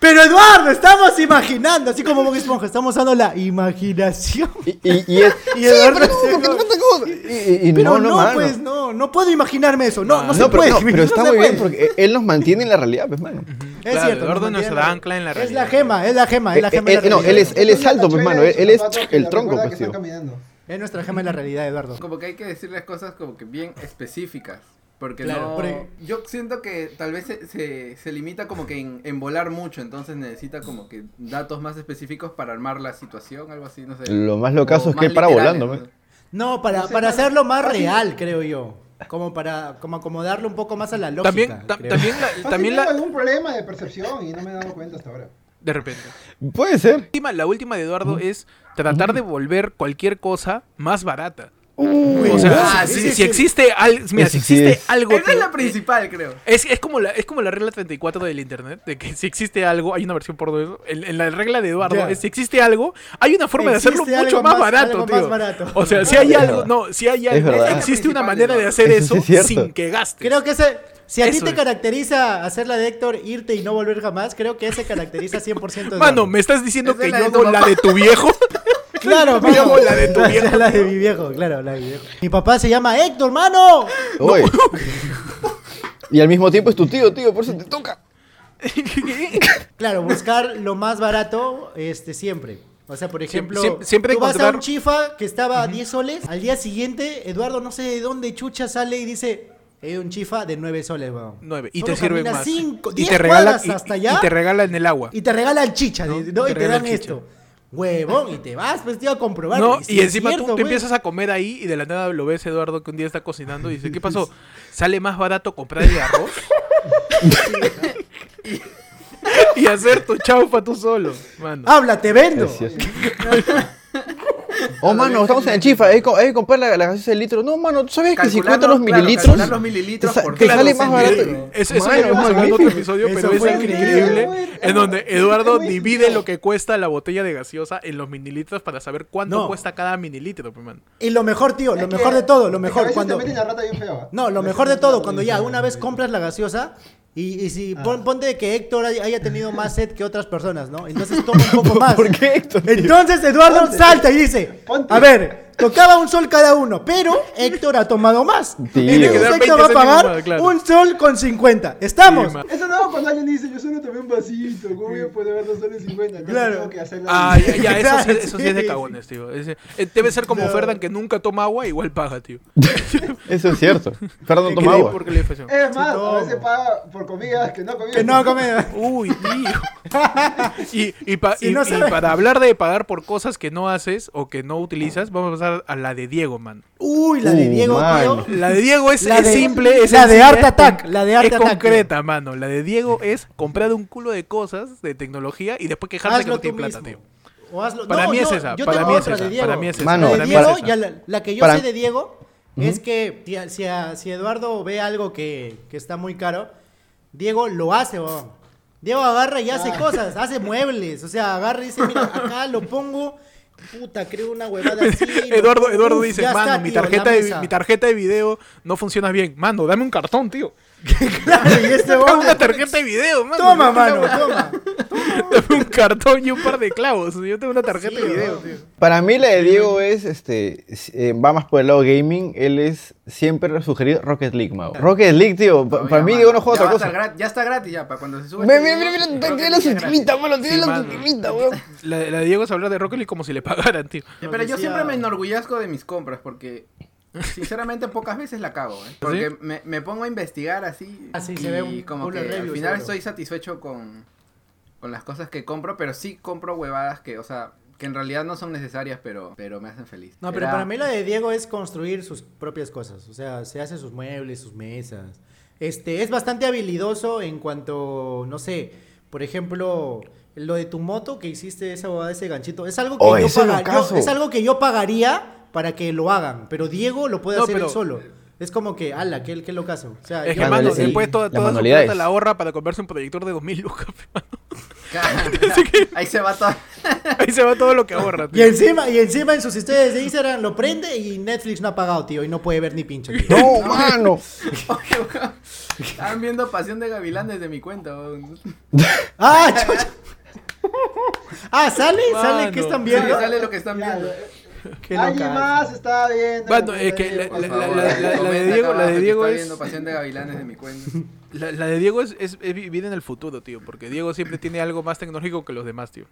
Speaker 3: Pero Eduardo, estamos imaginando, así como Bob Esponja, estamos usando la imaginación.
Speaker 2: Y, y, y es.
Speaker 3: Y Eduardo
Speaker 2: sí,
Speaker 3: se-
Speaker 2: pero, ¿por qué tanta cosa? Y, y- y no,
Speaker 3: Pero
Speaker 2: no, mano. Ah,
Speaker 3: pues no, no puedo imaginarme eso. No, no,
Speaker 1: No,
Speaker 3: se
Speaker 2: No, pero,
Speaker 3: puede.
Speaker 2: no, pero
Speaker 3: no
Speaker 2: está
Speaker 3: se
Speaker 2: muy bien
Speaker 3: puede.
Speaker 2: porque él nos mantiene en la realidad, pues, mano.
Speaker 3: Es
Speaker 1: Claro,
Speaker 3: cierto,
Speaker 1: Eduardo
Speaker 3: nos
Speaker 1: nos
Speaker 3: mantiene-
Speaker 1: ancla en la
Speaker 3: Es la
Speaker 1: realidad.
Speaker 3: gema, es la gema, es la gema de la
Speaker 2: Él- Eh, no,
Speaker 3: realidad.
Speaker 2: él es, él es alto, pues, mano. Él, él es
Speaker 4: Zapatos que
Speaker 2: el
Speaker 4: la
Speaker 2: tronco,
Speaker 4: recuerda
Speaker 2: pues,
Speaker 4: que están
Speaker 2: tío.
Speaker 4: caminando.
Speaker 3: Es nuestra gema de la realidad, Eduardo.
Speaker 5: Como que hay que decirles cosas como que bien específicas. Porque
Speaker 3: Claro,
Speaker 5: no.
Speaker 3: porque-
Speaker 5: Yo siento que tal vez se, se, se limita como que en, en volar mucho, entonces necesita como que datos más específicos para armar la situación, algo así, no sé.
Speaker 2: Lo más locazo
Speaker 5: O
Speaker 2: es que
Speaker 5: más
Speaker 2: él para
Speaker 5: literales,
Speaker 2: volando,
Speaker 5: ¿no?
Speaker 2: man.
Speaker 3: No, para,
Speaker 4: No
Speaker 5: Pues
Speaker 4: sé,
Speaker 3: para
Speaker 4: mano.
Speaker 3: hacerlo más
Speaker 4: Fácil.
Speaker 3: real, creo yo. Como para como acomodarlo un poco más a la lógica.
Speaker 1: También, ta-
Speaker 3: creo.
Speaker 1: también, la-
Speaker 4: Fácil,
Speaker 1: también
Speaker 4: Ah, tengo
Speaker 1: la.
Speaker 4: algún problema de percepción y no me he dado cuenta hasta ahora.
Speaker 1: De repente.
Speaker 2: Puede ser.
Speaker 1: última- la última de Eduardo es tratar de volver cualquier cosa más barata. o sea,
Speaker 5: ah,
Speaker 1: si,
Speaker 5: sí,
Speaker 1: si
Speaker 5: sí.
Speaker 1: existe, al- mira,
Speaker 2: Eso
Speaker 1: si
Speaker 2: sí
Speaker 1: existe
Speaker 2: es.
Speaker 1: algo
Speaker 5: Esa
Speaker 1: que-
Speaker 5: es la principal, creo.
Speaker 1: es, es como la, es como la regla 34 del internet, de que si existe algo, hay una versión por de eso. En, en la regla de Eduardo
Speaker 3: Ya.
Speaker 1: es si existe algo, hay una forma de
Speaker 3: Existe
Speaker 1: hacerlo
Speaker 3: algo
Speaker 1: mucho más,
Speaker 3: más-
Speaker 1: barato,
Speaker 3: algo
Speaker 1: tío.
Speaker 3: más barato.
Speaker 1: O sea, si hay
Speaker 2: Es
Speaker 1: algo,
Speaker 2: verdad.
Speaker 1: no, si hay
Speaker 2: Es
Speaker 1: algo,
Speaker 2: verdad.
Speaker 1: existe una
Speaker 5: Principal,
Speaker 1: manera de
Speaker 5: ¿no?
Speaker 1: hacer
Speaker 2: Eso
Speaker 1: eso,
Speaker 2: sí es
Speaker 1: sin
Speaker 2: cierto.
Speaker 1: que gastes.
Speaker 3: Creo que ese. Si a ti
Speaker 1: Eso
Speaker 3: te
Speaker 1: es.
Speaker 3: caracteriza hacer la de Héctor, irte y no volver jamás, creo que ese caracteriza 100% de
Speaker 1: Mano,
Speaker 3: Eduardo.
Speaker 1: ¿me estás diciendo
Speaker 5: Esa
Speaker 1: que
Speaker 5: es la
Speaker 1: yo
Speaker 5: de tu
Speaker 1: hago la
Speaker 5: papá.
Speaker 1: de tu viejo?
Speaker 3: Claro,
Speaker 1: Me llamo
Speaker 3: mano.
Speaker 1: la de tu viejo.
Speaker 3: La de mi viejo, claro, la de mi viejo. Mi papá se llama Héctor, mano.
Speaker 2: Oye. Y al mismo tiempo es tu tío, tío, por eso te toca.
Speaker 3: Claro, buscar lo más barato este, siempre. O sea, por ejemplo,
Speaker 1: siempre- siempre
Speaker 3: tú vas a un
Speaker 1: encontrar-
Speaker 3: chifa que estaba a 10 soles, al día siguiente Eduardo no sé de dónde chucha sale y dice, "He un chifa de 9 soles, weón.
Speaker 1: Nueve. Y
Speaker 3: Solo
Speaker 1: te sirven
Speaker 3: camina
Speaker 1: más.
Speaker 3: cinco,
Speaker 1: y
Speaker 3: diez
Speaker 1: te regalan
Speaker 3: cuadras
Speaker 1: y,
Speaker 3: hasta
Speaker 1: y
Speaker 3: allá
Speaker 1: te regalan el agua.
Speaker 3: y te regalan chicha,
Speaker 1: No,
Speaker 3: ¿no? y
Speaker 1: te
Speaker 3: te
Speaker 1: regalan
Speaker 3: dan
Speaker 1: chicha.
Speaker 3: esto. Huevón, y te vas, pues te iba a comprobar.
Speaker 1: No,
Speaker 3: si
Speaker 1: y
Speaker 3: es
Speaker 1: encima tú-
Speaker 3: cierto,
Speaker 1: tú,
Speaker 3: güey.
Speaker 1: empiezas a comer ahí y de la nada lo ves Eduardo que un día está cocinando y dice, ¿qué pasó? ¿Sale más barato comprar el arroz? y hacer tu chaufa tú solo, mano.
Speaker 3: Habla, te vendo.
Speaker 2: Es cierto. Oh, mano, estamos en el chifa. Hay que co- hay que comprar la, la gaseosa del litro. No, mano, ¿tú sabes que si
Speaker 5: Calcular
Speaker 2: cuentan los
Speaker 5: los- claro,
Speaker 2: mililitros?
Speaker 5: calcular los mililitros
Speaker 2: te sa-
Speaker 5: por
Speaker 2: te
Speaker 5: cada
Speaker 2: sale más barato.
Speaker 5: centilitro.
Speaker 1: Es, eso
Speaker 2: Mano,
Speaker 1: ya lo hemos hablado en otro
Speaker 2: magnífico.
Speaker 1: episodio,
Speaker 3: Eso
Speaker 1: pero es
Speaker 3: fue
Speaker 1: algo
Speaker 3: increíble.
Speaker 1: increíble.
Speaker 4: Fue-
Speaker 1: En donde
Speaker 4: fue
Speaker 1: Eduardo
Speaker 4: muy
Speaker 1: divide
Speaker 4: increíble.
Speaker 1: lo que cuesta la botella de gaseosa en los mililitros para saber cuánto
Speaker 3: No.
Speaker 1: cuesta cada mililitro, pues, mano.
Speaker 3: Y lo mejor, tío, lo
Speaker 4: Es que-
Speaker 3: mejor de todo, lo
Speaker 4: es que a
Speaker 3: mejor
Speaker 4: veces
Speaker 3: cuando
Speaker 4: te meten la rata bien feo, ¿ah?
Speaker 3: No, lo
Speaker 4: A veces
Speaker 3: mejor
Speaker 4: te
Speaker 3: de
Speaker 4: meten la
Speaker 3: todo,
Speaker 4: rata
Speaker 3: cuando
Speaker 4: bien
Speaker 3: ya
Speaker 4: feo.
Speaker 3: una vez compras la gaseosa y, y si
Speaker 4: Ah.
Speaker 3: pon- ponte que Héctor hay- haya tenido más sed que otras personas, ¿no? Entonces toma un poco más.
Speaker 2: ¿Por qué, Héctor?
Speaker 3: Entonces Eduardo
Speaker 4: Ponte.
Speaker 3: salta y dice,
Speaker 4: Ponte.
Speaker 3: a ver, tocaba un sol cada uno, pero Héctor ha tomado más.
Speaker 2: Tío.
Speaker 3: Entonces
Speaker 1: Quedan
Speaker 3: Héctor
Speaker 1: 20
Speaker 3: va a pagar
Speaker 1: céntimos más, claro.
Speaker 3: un sol con 50. ¿Estamos?
Speaker 1: Sí, man.
Speaker 4: Eso no, cuando alguien dice, yo solo tomé un vasito, ¿cómo voy a poder ver dos soles cincuenta? Entonces
Speaker 3: Claro.
Speaker 4: tengo que hacer la...
Speaker 1: Ah, ya, ya, eso, sí,
Speaker 3: Claro,
Speaker 1: eso sí es de
Speaker 3: sí,
Speaker 1: cagones, tío. Ese- eh, debe ser como
Speaker 3: No.
Speaker 1: Ferdan que nunca toma agua, igual paga, tío.
Speaker 2: Eso es cierto. Fernando
Speaker 1: Que
Speaker 2: toma
Speaker 1: de ahí
Speaker 2: agua.
Speaker 1: porque le ofrecieron.
Speaker 4: Es más,
Speaker 3: Sí,
Speaker 4: a veces
Speaker 3: tomo.
Speaker 4: paga por comidas que no comía.
Speaker 3: eh, Que no come.
Speaker 1: Uy, tío. Y, y pa-
Speaker 3: Si
Speaker 1: y-
Speaker 3: no
Speaker 1: y
Speaker 3: sabe-
Speaker 1: para hablar de pagar por cosas que no haces o que no utilizas, vamos a pasar a la de Diego, man.
Speaker 3: Uy, la de
Speaker 2: Uh,
Speaker 3: Diego,
Speaker 2: man.
Speaker 3: tío.
Speaker 1: La de Diego es,
Speaker 3: La
Speaker 1: es
Speaker 3: de-
Speaker 1: simple, es
Speaker 3: la de
Speaker 1: sencilla,
Speaker 3: Art
Speaker 1: es
Speaker 3: Attack,
Speaker 1: con-
Speaker 3: la de Art
Speaker 1: es
Speaker 3: Attack,
Speaker 1: concreta, mano. La de Diego es comprar un culo de cosas de tecnología y después quejarse que
Speaker 3: Hazlo
Speaker 1: no
Speaker 3: tú
Speaker 1: tiene plata, tío.
Speaker 3: mismo. O hazlo-
Speaker 1: Para
Speaker 3: no,
Speaker 1: mí es
Speaker 3: yo-
Speaker 1: esa,
Speaker 3: yo
Speaker 1: para
Speaker 3: tengo
Speaker 1: mí es
Speaker 3: otra
Speaker 1: esa,
Speaker 3: de Diego.
Speaker 1: para mí es esa,
Speaker 2: Mano,
Speaker 3: la de
Speaker 2: para mí
Speaker 3: Diego,
Speaker 2: es esa.
Speaker 3: ya la, la que yo
Speaker 2: Para-
Speaker 3: sé de Diego es que tía, si, a- si Eduardo ve algo que, que está muy caro, Diego lo hace, weón. Diego agarra y hace cosas, hace muebles. O sea, agarra y dice, mira, acá lo pongo. Puta, creo una huevada así. lo
Speaker 1: Eduardo,
Speaker 3: pongo,
Speaker 1: Eduardo
Speaker 3: uf,
Speaker 1: dice,
Speaker 3: ya
Speaker 1: mano,
Speaker 3: está,
Speaker 1: mi
Speaker 3: tío,
Speaker 1: tarjeta
Speaker 3: la
Speaker 1: de
Speaker 3: mesa".
Speaker 1: mi tarjeta de video no funciona bien. Mano, dame un cartón, tío.
Speaker 3: Claro, y este weón,
Speaker 1: Una tarjeta de video, mano.
Speaker 3: Toma,
Speaker 1: Yo tengo-
Speaker 3: mano, toma.
Speaker 1: Dame un cartón y un par de clavos. Yo tengo una tarjeta de video, tío.
Speaker 2: Para mí la de Diego es, este, si- eh, va más por el lado gaming, él es siempre sugerido Rocket League, mago. Rocket League, tío, pa-
Speaker 5: Todavía,
Speaker 2: para mí
Speaker 5: mano.
Speaker 2: Diego no juega
Speaker 5: Ya
Speaker 2: otra
Speaker 5: va a estar
Speaker 2: cosa.
Speaker 5: gra- Ya está gratis, ya, para cuando se sube.
Speaker 2: Mira, mira,
Speaker 5: este video,
Speaker 2: mira,
Speaker 5: creo
Speaker 2: mira,
Speaker 5: que
Speaker 2: tiene
Speaker 5: ya
Speaker 2: la
Speaker 5: está gratis.
Speaker 2: suscribita, mano, tiene
Speaker 1: Sí,
Speaker 2: la
Speaker 1: mano.
Speaker 2: suscribita, weón.
Speaker 1: La, la de Diego es hablar de Rocket League como si le pagaran, tío.
Speaker 5: Eh, Pero yo
Speaker 3: Decía-
Speaker 5: siempre me enorgullezco de mis compras porque, sinceramente, pocas veces la cago. ¿eh? Porque me, me pongo a investigar así.
Speaker 3: Ah, sí,
Speaker 5: y
Speaker 3: se ve un-
Speaker 5: como
Speaker 3: un
Speaker 5: que al
Speaker 3: review,
Speaker 5: final
Speaker 3: seguro.
Speaker 5: estoy satisfecho con, con las cosas que compro, pero sí compro huevadas que, o sea, que en realidad no son necesarias, pero, pero me hacen feliz.
Speaker 3: No, pero
Speaker 5: Era-
Speaker 3: para mí la de Diego es construir sus propias cosas. O sea, se hace sus muebles, sus mesas. Este, es bastante habilidoso en cuanto, no sé, por ejemplo, lo de tu moto que hiciste esa bobada, ese ganchito, es algo que
Speaker 2: Oh,
Speaker 3: yo
Speaker 2: ese
Speaker 3: paga-
Speaker 2: locazo.
Speaker 3: yo- es algo que yo pagaría para que lo hagan, pero Diego lo puede
Speaker 1: No,
Speaker 3: hacer
Speaker 1: pero-
Speaker 3: él solo. Es como que, ala, que qué locazo. O sea,
Speaker 1: Es
Speaker 3: yo-
Speaker 1: que, mano,
Speaker 2: Manuel, el-
Speaker 1: después toda,
Speaker 2: las
Speaker 1: toda su
Speaker 2: manualidades.
Speaker 1: plata la ahorra para comprarse un proyector de 2000 lucas. mano.
Speaker 5: Ahí se va todo.
Speaker 1: Ahí se va todo lo que ahorra,
Speaker 3: y
Speaker 1: tío.
Speaker 3: encima, y encima en sus historias de Instagram lo prende y Netflix no ha pagado, tío, y no puede ver ni pinche. tío.
Speaker 2: No, mano.
Speaker 5: Oye, weón, Estaban viendo Pasión de Gavilán desde mi cuenta. weón.
Speaker 3: ¡Ah, chucha! Ah, sale, sale, ¿qué
Speaker 1: Mano.
Speaker 3: están
Speaker 5: Sí,
Speaker 3: viendo?
Speaker 5: sale lo que están
Speaker 4: Ya,
Speaker 5: viendo.
Speaker 3: Qué
Speaker 4: Alguien
Speaker 3: locazo.
Speaker 4: más está viendo.
Speaker 1: Mano,
Speaker 4: la
Speaker 1: es que
Speaker 4: pantalla,
Speaker 1: la-
Speaker 4: por
Speaker 1: la-
Speaker 4: favor.
Speaker 1: la- la- de
Speaker 5: Comenta
Speaker 1: Diego-
Speaker 5: acá
Speaker 1: la de
Speaker 5: abajo que
Speaker 1: Diego
Speaker 5: está
Speaker 1: es-
Speaker 5: viendo Pasión de Gavilán desde mi cuenta.
Speaker 1: La, la de Diego es, es- es vivir en el futuro, tío. Porque Diego siempre tiene algo más tecnológico que los demás, tío.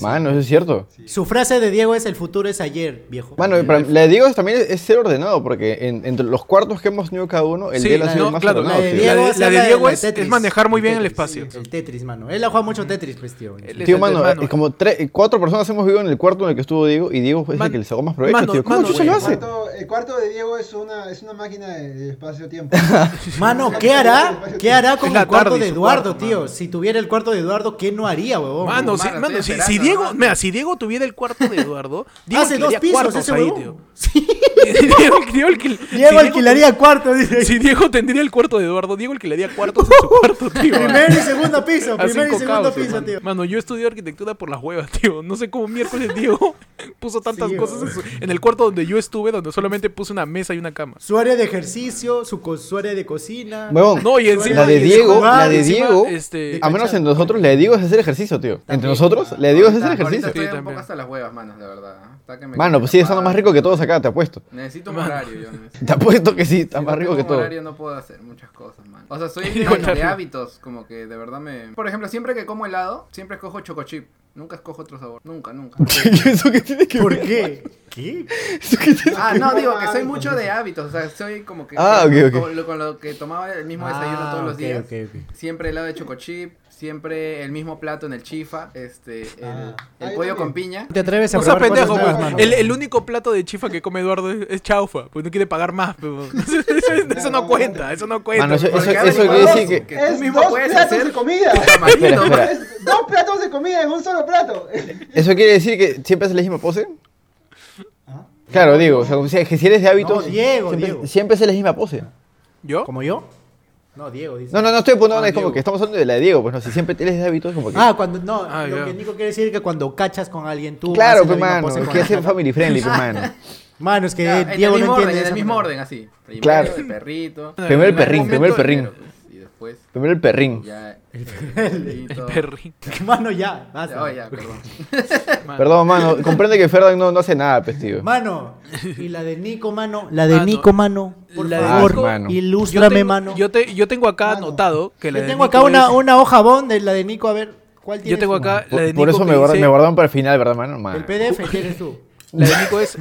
Speaker 2: Mano, eso es cierto.
Speaker 3: Su frase de Diego es el futuro es ayer, viejo.
Speaker 2: Mano, y para- la de Diego es- también es, es ser ordenado, porque en- entre los cuartos que hemos tenido cada uno, el
Speaker 1: Sí,
Speaker 2: de él ha
Speaker 1: la-
Speaker 2: sido
Speaker 1: no,
Speaker 2: el más
Speaker 1: claro,
Speaker 2: ordenado.
Speaker 1: la de
Speaker 2: tío.
Speaker 1: Diego- es- la de Diego
Speaker 3: del
Speaker 1: es- es
Speaker 3: Tetris.
Speaker 1: manejar muy bien el
Speaker 3: Tetris,
Speaker 1: espacio.
Speaker 3: sí, El Tetris, mano. Él ha jugado mucho Tetris, pues, tío.
Speaker 1: El-
Speaker 2: Tío,
Speaker 1: Ese-
Speaker 2: mano,
Speaker 1: mano.
Speaker 2: eh, como tres, cuatro personas hemos vivido en el cuarto en el que estuvo Diego y Diego es
Speaker 1: Man-
Speaker 2: el que le sacó más provecho,
Speaker 1: mano,
Speaker 2: tío. ¿Cómo
Speaker 1: mano,
Speaker 2: chucha lo
Speaker 1: güey,
Speaker 2: hace?
Speaker 4: cuarto, el cuarto de Diego es una, es una máquina de, de espacio-tiempo.
Speaker 3: Mano, ¿qué hará? ¿Qué hará con
Speaker 1: Es la
Speaker 3: el cuarto
Speaker 1: tarde,
Speaker 3: de
Speaker 1: su
Speaker 3: Eduardo,
Speaker 1: cuarto,
Speaker 3: tío?
Speaker 1: mano.
Speaker 3: Si tuviera el cuarto de Eduardo, ¿qué no haría, huevón?
Speaker 1: Mano, si,
Speaker 5: mano,
Speaker 1: mano,
Speaker 5: estoy
Speaker 1: si, si
Speaker 5: esperando,
Speaker 1: Diego,
Speaker 5: mano.
Speaker 1: mira, si Diego tuviera el cuarto de Eduardo, Diego
Speaker 3: Hace dos
Speaker 1: alquilaría
Speaker 3: pisos
Speaker 1: cuartos
Speaker 3: ese
Speaker 1: ahí,
Speaker 3: huevón.
Speaker 1: tío.
Speaker 3: Sí.
Speaker 1: Diego, Diego alquil- si
Speaker 3: Diego
Speaker 1: Diego
Speaker 3: alquilaría cuarto,
Speaker 1: ten-
Speaker 3: dice.
Speaker 1: Si Diego tendría el cuarto de Eduardo, Diego alquilaría cuartos en su cuarto, tío.
Speaker 3: Primero y segundo piso,
Speaker 1: A
Speaker 3: primero y
Speaker 1: cinco
Speaker 3: segundo
Speaker 1: caos,
Speaker 3: piso,
Speaker 1: mano.
Speaker 3: tío.
Speaker 1: Mano, yo estudié arquitectura por las huevas, tío. No sé cómo miércoles Diego puso tantas
Speaker 3: Sí,
Speaker 1: cosas en, su- en el cuarto donde yo estuve, donde solamente puse una mesa y una cama.
Speaker 3: Su área de ejercicio, su, co- su área de cocina.
Speaker 2: Huevón,
Speaker 1: No, y encima-
Speaker 2: la de
Speaker 1: y
Speaker 2: Diego,
Speaker 3: encima-
Speaker 2: la de
Speaker 1: encima,
Speaker 2: Diego,
Speaker 1: este-
Speaker 2: a menos entre nosotros, la de Diego es hacer ejercicio, tío. Entre nosotros, la de Diego Eh, es hacer
Speaker 5: Ahorita- ahorita
Speaker 1: Ah,
Speaker 2: ejercicio.
Speaker 5: estoy
Speaker 1: Sí,
Speaker 5: un
Speaker 1: también.
Speaker 5: poco hasta las huevas, manos, de verdad. Está que me
Speaker 2: Mano, pues sigue estando más
Speaker 5: capaz.
Speaker 2: rico que todos acá, te apuesto.
Speaker 5: Necesito un
Speaker 1: Mano.
Speaker 5: horario, yo. necesito-
Speaker 2: Te apuesto que sí, está
Speaker 5: Si
Speaker 2: más
Speaker 5: no
Speaker 2: rico que
Speaker 5: tengo un
Speaker 2: todo.
Speaker 5: horario no puedo hacer muchas cosas, man. O sea, soy mano, de hábitos, como que de verdad me... Por ejemplo, siempre que como helado, siempre escojo chocochip. Nunca escojo otro sabor. Nunca, nunca.
Speaker 2: ¿Eso qué tiene que
Speaker 3: ¿Por
Speaker 2: ver?
Speaker 3: qué? ¿Qué?
Speaker 2: ¿Eso qué tiene-
Speaker 5: Ah, no, digo que soy mucho de hábitos. O sea, soy como que...
Speaker 2: Ah, ok, ok.
Speaker 5: Con, lo, con lo que tomaba el mismo desayuno
Speaker 3: Ah,
Speaker 5: todos los
Speaker 3: ok,
Speaker 5: días.
Speaker 3: ok, ok.
Speaker 5: Siempre helado de chocochip. Siempre el mismo plato en el chifa. Este, el,
Speaker 4: Ah.
Speaker 5: el
Speaker 4: Ah, yo
Speaker 5: pollo
Speaker 4: también.
Speaker 5: con piña.
Speaker 3: ¿Te atreves a
Speaker 1: No seas
Speaker 3: probar
Speaker 1: pendejo,
Speaker 3: cosas nuevas,
Speaker 1: pues.
Speaker 3: mano?
Speaker 1: El, el único plato de chifa que come Eduardo es, es chaufa, pues no quiere pagar más, pero eso, eso no cuenta, eso no cuenta.
Speaker 2: Mano, eso-
Speaker 1: Porque-
Speaker 2: eso-
Speaker 5: Porque
Speaker 2: eso
Speaker 5: ahora
Speaker 2: quiere
Speaker 5: mismo
Speaker 2: decir que...
Speaker 5: tú
Speaker 4: es
Speaker 5: mismo
Speaker 4: dos
Speaker 5: puedes
Speaker 4: platos
Speaker 5: hacer
Speaker 4: de comida.
Speaker 5: tu camarito,
Speaker 2: Espera, espera.
Speaker 5: man.
Speaker 4: Es dos platos de comida en un solo plato.
Speaker 2: ¿Eso quiere decir que siempre haces la misma pose? Claro, Diego, o sea, o sea, que si eres de hábitos,
Speaker 3: ¿Ah? No, Diego,
Speaker 2: siempre,
Speaker 3: Diego.
Speaker 2: siempre haces la misma pose.
Speaker 1: ¿Yo?
Speaker 3: ¿Como yo? No, Diego dice.
Speaker 2: No, no, no estoy apuntando,
Speaker 5: Ah,
Speaker 2: es como
Speaker 5: Diego.
Speaker 2: que estamos hablando de la de Diego, pues no, si siempre eres de hábitos, como que...
Speaker 3: Ah, cuando no,
Speaker 1: Ah,
Speaker 3: lo
Speaker 1: ya.
Speaker 3: que Nico quiere decir que cuando cachas con alguien tú
Speaker 2: claro,
Speaker 3: haces la
Speaker 2: pues
Speaker 3: misma
Speaker 2: mano,
Speaker 3: pose
Speaker 2: es
Speaker 3: con
Speaker 2: que
Speaker 3: la
Speaker 2: hacen
Speaker 3: otra.
Speaker 2: family friendly, pues mano.
Speaker 3: Mano, es que
Speaker 5: Ya, en el
Speaker 3: Diego no
Speaker 5: mismo
Speaker 3: entiende
Speaker 5: orden, en
Speaker 3: esa
Speaker 5: el mismo
Speaker 3: manera.
Speaker 5: orden, así. Primero
Speaker 2: Claro.
Speaker 5: el perrito.
Speaker 2: Primero el perrín,
Speaker 5: Un
Speaker 2: primero el
Speaker 5: momento
Speaker 2: perrín.
Speaker 5: primero, pues, Y después
Speaker 2: Primero el perrín.
Speaker 5: ya el perrito.
Speaker 1: Perrito.
Speaker 3: Mano, ya, basta.
Speaker 5: Oh, ya, perdón.
Speaker 2: Perdón, mano, comprende que Ferdan no, no hace nada, pues, tío.
Speaker 3: Mano, y la de Nico, mano, la de
Speaker 1: Mano,
Speaker 3: Nico, mano, por
Speaker 1: Ah, la de
Speaker 3: favor,
Speaker 2: Nico- mano.
Speaker 1: Yo
Speaker 3: ilústrame,
Speaker 1: tengo-
Speaker 3: mano. Yo,
Speaker 1: Yo, te, yo tengo acá
Speaker 4: Mano.
Speaker 1: anotado que la de
Speaker 3: tengo acá
Speaker 1: Nico
Speaker 3: una,
Speaker 1: es-
Speaker 3: una hoja bond de la de Nico, a ver, ¿cuál tienes
Speaker 1: Yo tengo
Speaker 3: tú,
Speaker 1: acá
Speaker 3: mano?
Speaker 1: la de
Speaker 2: Por,
Speaker 1: Nico
Speaker 2: por eso
Speaker 1: que
Speaker 2: me, guarda-
Speaker 1: dice-
Speaker 2: me guardaron para el final, ¿verdad, mano?
Speaker 3: El
Speaker 2: Mano.
Speaker 3: PDF tienes tú.
Speaker 1: La de Nico es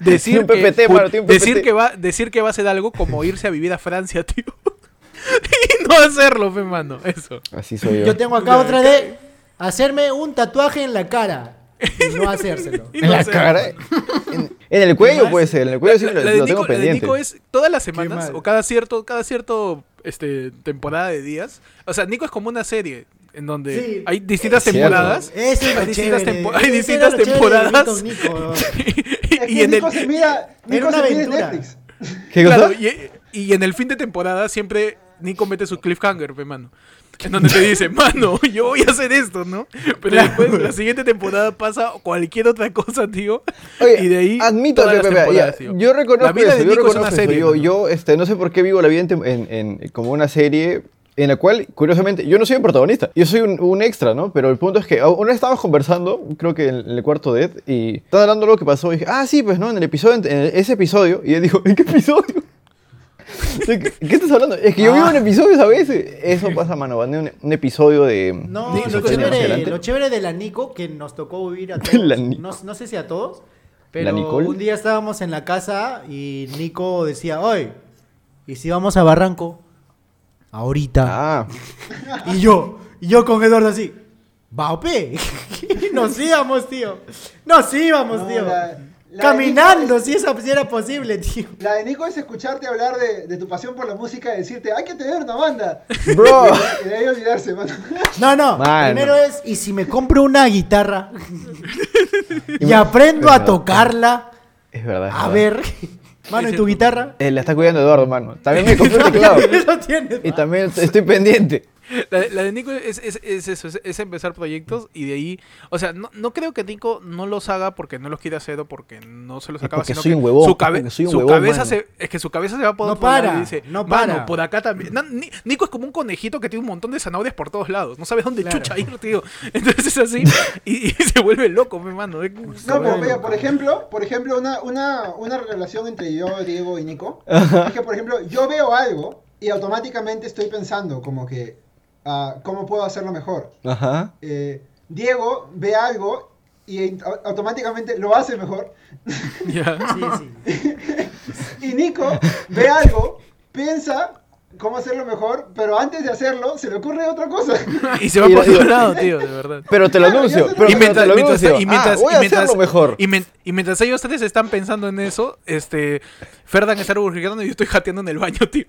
Speaker 1: decir,
Speaker 2: Tiene un PPT,
Speaker 1: que,
Speaker 2: mano, tiene un
Speaker 1: decir,
Speaker 2: PPT.
Speaker 1: que va, decir que va a hacer algo como irse a vivir a Francia, tío. y no hacerlo, fe, mano. Eso.
Speaker 2: Así soy yo.
Speaker 3: Yo tengo acá otra de hacerme un tatuaje en la cara y no hacérselo.
Speaker 1: Y
Speaker 2: En
Speaker 1: no
Speaker 2: la
Speaker 1: hacerlo.
Speaker 2: cara. En, en el cuello puede ser, en el cuello sí lo,
Speaker 1: La de, Nico,
Speaker 2: lo tengo
Speaker 1: la de
Speaker 2: pendiente.
Speaker 1: Nico es todas las semanas
Speaker 3: mal.
Speaker 1: o cada cierto, cada cierto este, temporada de días. O sea, Nico es como una serie en donde
Speaker 3: Sí.
Speaker 1: hay distintas
Speaker 2: Es cierto.
Speaker 1: temporadas.
Speaker 3: Eso es lo
Speaker 1: hay distintas,
Speaker 3: chévere.
Speaker 1: tempo- hay
Speaker 3: Eso era
Speaker 1: distintas
Speaker 3: lo chévere de
Speaker 1: temporadas.
Speaker 3: Nico, Nico, ¿no?
Speaker 1: y,
Speaker 4: Es
Speaker 1: y
Speaker 4: que
Speaker 1: en
Speaker 4: Nico
Speaker 1: el,
Speaker 4: se mira, Nico
Speaker 3: una
Speaker 4: se mira en
Speaker 3: aventura.
Speaker 4: Netflix.
Speaker 2: ¿Qué cosa?
Speaker 1: Claro, y, y en el fin de temporada siempre Nico mete su cliffhanger, pe, mano. En donde te dice, mano, yo voy a hacer esto, ¿no? Pero después, la siguiente temporada pasa cualquier otra cosa, tío.
Speaker 2: Oye,
Speaker 1: y de ahí.
Speaker 2: admito,
Speaker 1: todas las
Speaker 2: Pepe, ya,
Speaker 1: temporadas, tío.
Speaker 2: yo reconozco
Speaker 1: La vida
Speaker 2: eso,
Speaker 1: de
Speaker 2: yo
Speaker 1: Nico es
Speaker 2: reconozco
Speaker 1: una
Speaker 2: eso,
Speaker 1: serie.
Speaker 2: yo,
Speaker 1: mano.
Speaker 2: yo, este, no sé por qué vivo la vida en, tem- en- en- como una serie en la cual, curiosamente, yo no soy el protagonista, yo soy un, un extra, ¿no? Pero el punto es que a- una vez estábamos conversando, creo que en, en el cuarto de Ed, y estaban hablando de lo que pasó, y dije, ah, sí, pues no, en el episodio, en, en ese episodio, y él dijo, ¿en qué episodio? ¿De ¿Qué, qué estás hablando? Es que yo
Speaker 3: Ah.
Speaker 2: vivo en episodios a veces. Eso pasa, mano. van de Un, un episodio de.
Speaker 3: No,
Speaker 1: Nico,
Speaker 2: de
Speaker 3: lo
Speaker 2: Esquizofrenia más
Speaker 3: chévere,
Speaker 2: adelante.
Speaker 3: lo chévere de la Nico, que nos tocó vivir a
Speaker 2: La
Speaker 3: todos.
Speaker 2: Nico.
Speaker 3: No, no sé si a todos, pero
Speaker 2: Nicole.
Speaker 3: un día estábamos en la casa y Nico decía, hoy, ¿y si vamos a Barranco? Ahorita.
Speaker 2: Ah,
Speaker 3: Y yo, y yo con Eduardo así, Baope. nos íbamos, tío. Nos íbamos,
Speaker 4: No,
Speaker 3: tío.
Speaker 4: la- la
Speaker 3: Caminando,
Speaker 4: Nico es-
Speaker 3: si eso si era posible, tío.
Speaker 4: La de Nico es escucharte hablar de, de tu pasión por la música y decirte, hay que tener una banda.
Speaker 2: bro.
Speaker 4: Y de ahí olvidarse, mano.
Speaker 3: No, no.
Speaker 2: Mano.
Speaker 3: Primero es, ¿y si me compro una guitarra? y
Speaker 2: me-
Speaker 3: aprendo a
Speaker 2: Pero-
Speaker 3: tocarla.
Speaker 2: Es verdad. es
Speaker 3: A
Speaker 2: verdad.
Speaker 3: ver. Mano, ¿y tu guitarra?
Speaker 2: Eh, la está cuidando Eduardo, mano. También me compré un teclado.
Speaker 3: Eso tienes.
Speaker 2: Y también estoy pendiente.
Speaker 1: La, de- la de Nico es, es- es eso, es, es empezar proyectos y de ahí, o sea, no, no creo que Nico no los haga porque no los quiere hacer o porque no se los
Speaker 2: Es
Speaker 1: acaba,
Speaker 2: porque
Speaker 1: sino
Speaker 2: soy
Speaker 1: que
Speaker 2: un huevón,
Speaker 1: su, cabe-
Speaker 2: porque soy un
Speaker 1: su
Speaker 2: huevón,
Speaker 1: cabeza
Speaker 2: mano.
Speaker 1: se, es que su cabeza se va por
Speaker 3: No
Speaker 1: otro lado
Speaker 3: para,
Speaker 1: y dice,
Speaker 3: no
Speaker 1: "Mano,
Speaker 3: para".
Speaker 1: por acá también. No, Ni- Nico es como un conejito que tiene un montón de zanahorias por todos lados, no sabes dónde
Speaker 3: Claro.
Speaker 1: chucha ir, tío. Entonces es así y, y se vuelve loco, mi mano. Es- se
Speaker 4: No, pero
Speaker 1: vuelve
Speaker 4: pues, mira,
Speaker 1: loco.
Speaker 4: por ejemplo, por ejemplo una, una, una relación entre yo, Diego y Nico es que, por ejemplo, yo veo algo y automáticamente estoy pensando como que, ah, ¿cómo puedo hacerlo mejor?
Speaker 2: Ajá.
Speaker 4: Eh, Diego ve algo y au- automáticamente lo hace mejor.
Speaker 1: Ya.
Speaker 3: Sí, sí.
Speaker 4: Y Nico ve algo, piensa cómo hacerlo mejor, pero antes de hacerlo se le ocurre otra cosa.
Speaker 1: Y se va
Speaker 2: Y-
Speaker 1: por
Speaker 2: y-
Speaker 1: otro lado, tío, de verdad.
Speaker 2: Pero te lo
Speaker 4: Claro,
Speaker 2: anuncio.
Speaker 4: yo
Speaker 2: Pero
Speaker 1: Y
Speaker 2: pero te
Speaker 4: se
Speaker 1: mientras,
Speaker 2: lo
Speaker 1: mientras-
Speaker 2: anuncio.
Speaker 1: y mientras-
Speaker 2: Ah, voy
Speaker 1: y
Speaker 2: a
Speaker 1: mientras-
Speaker 2: hacerlo mejor.
Speaker 1: y men- y mientras ellos tres están pensando en eso, este Ferdan está burbujeando y yo estoy jateando en el baño, tío.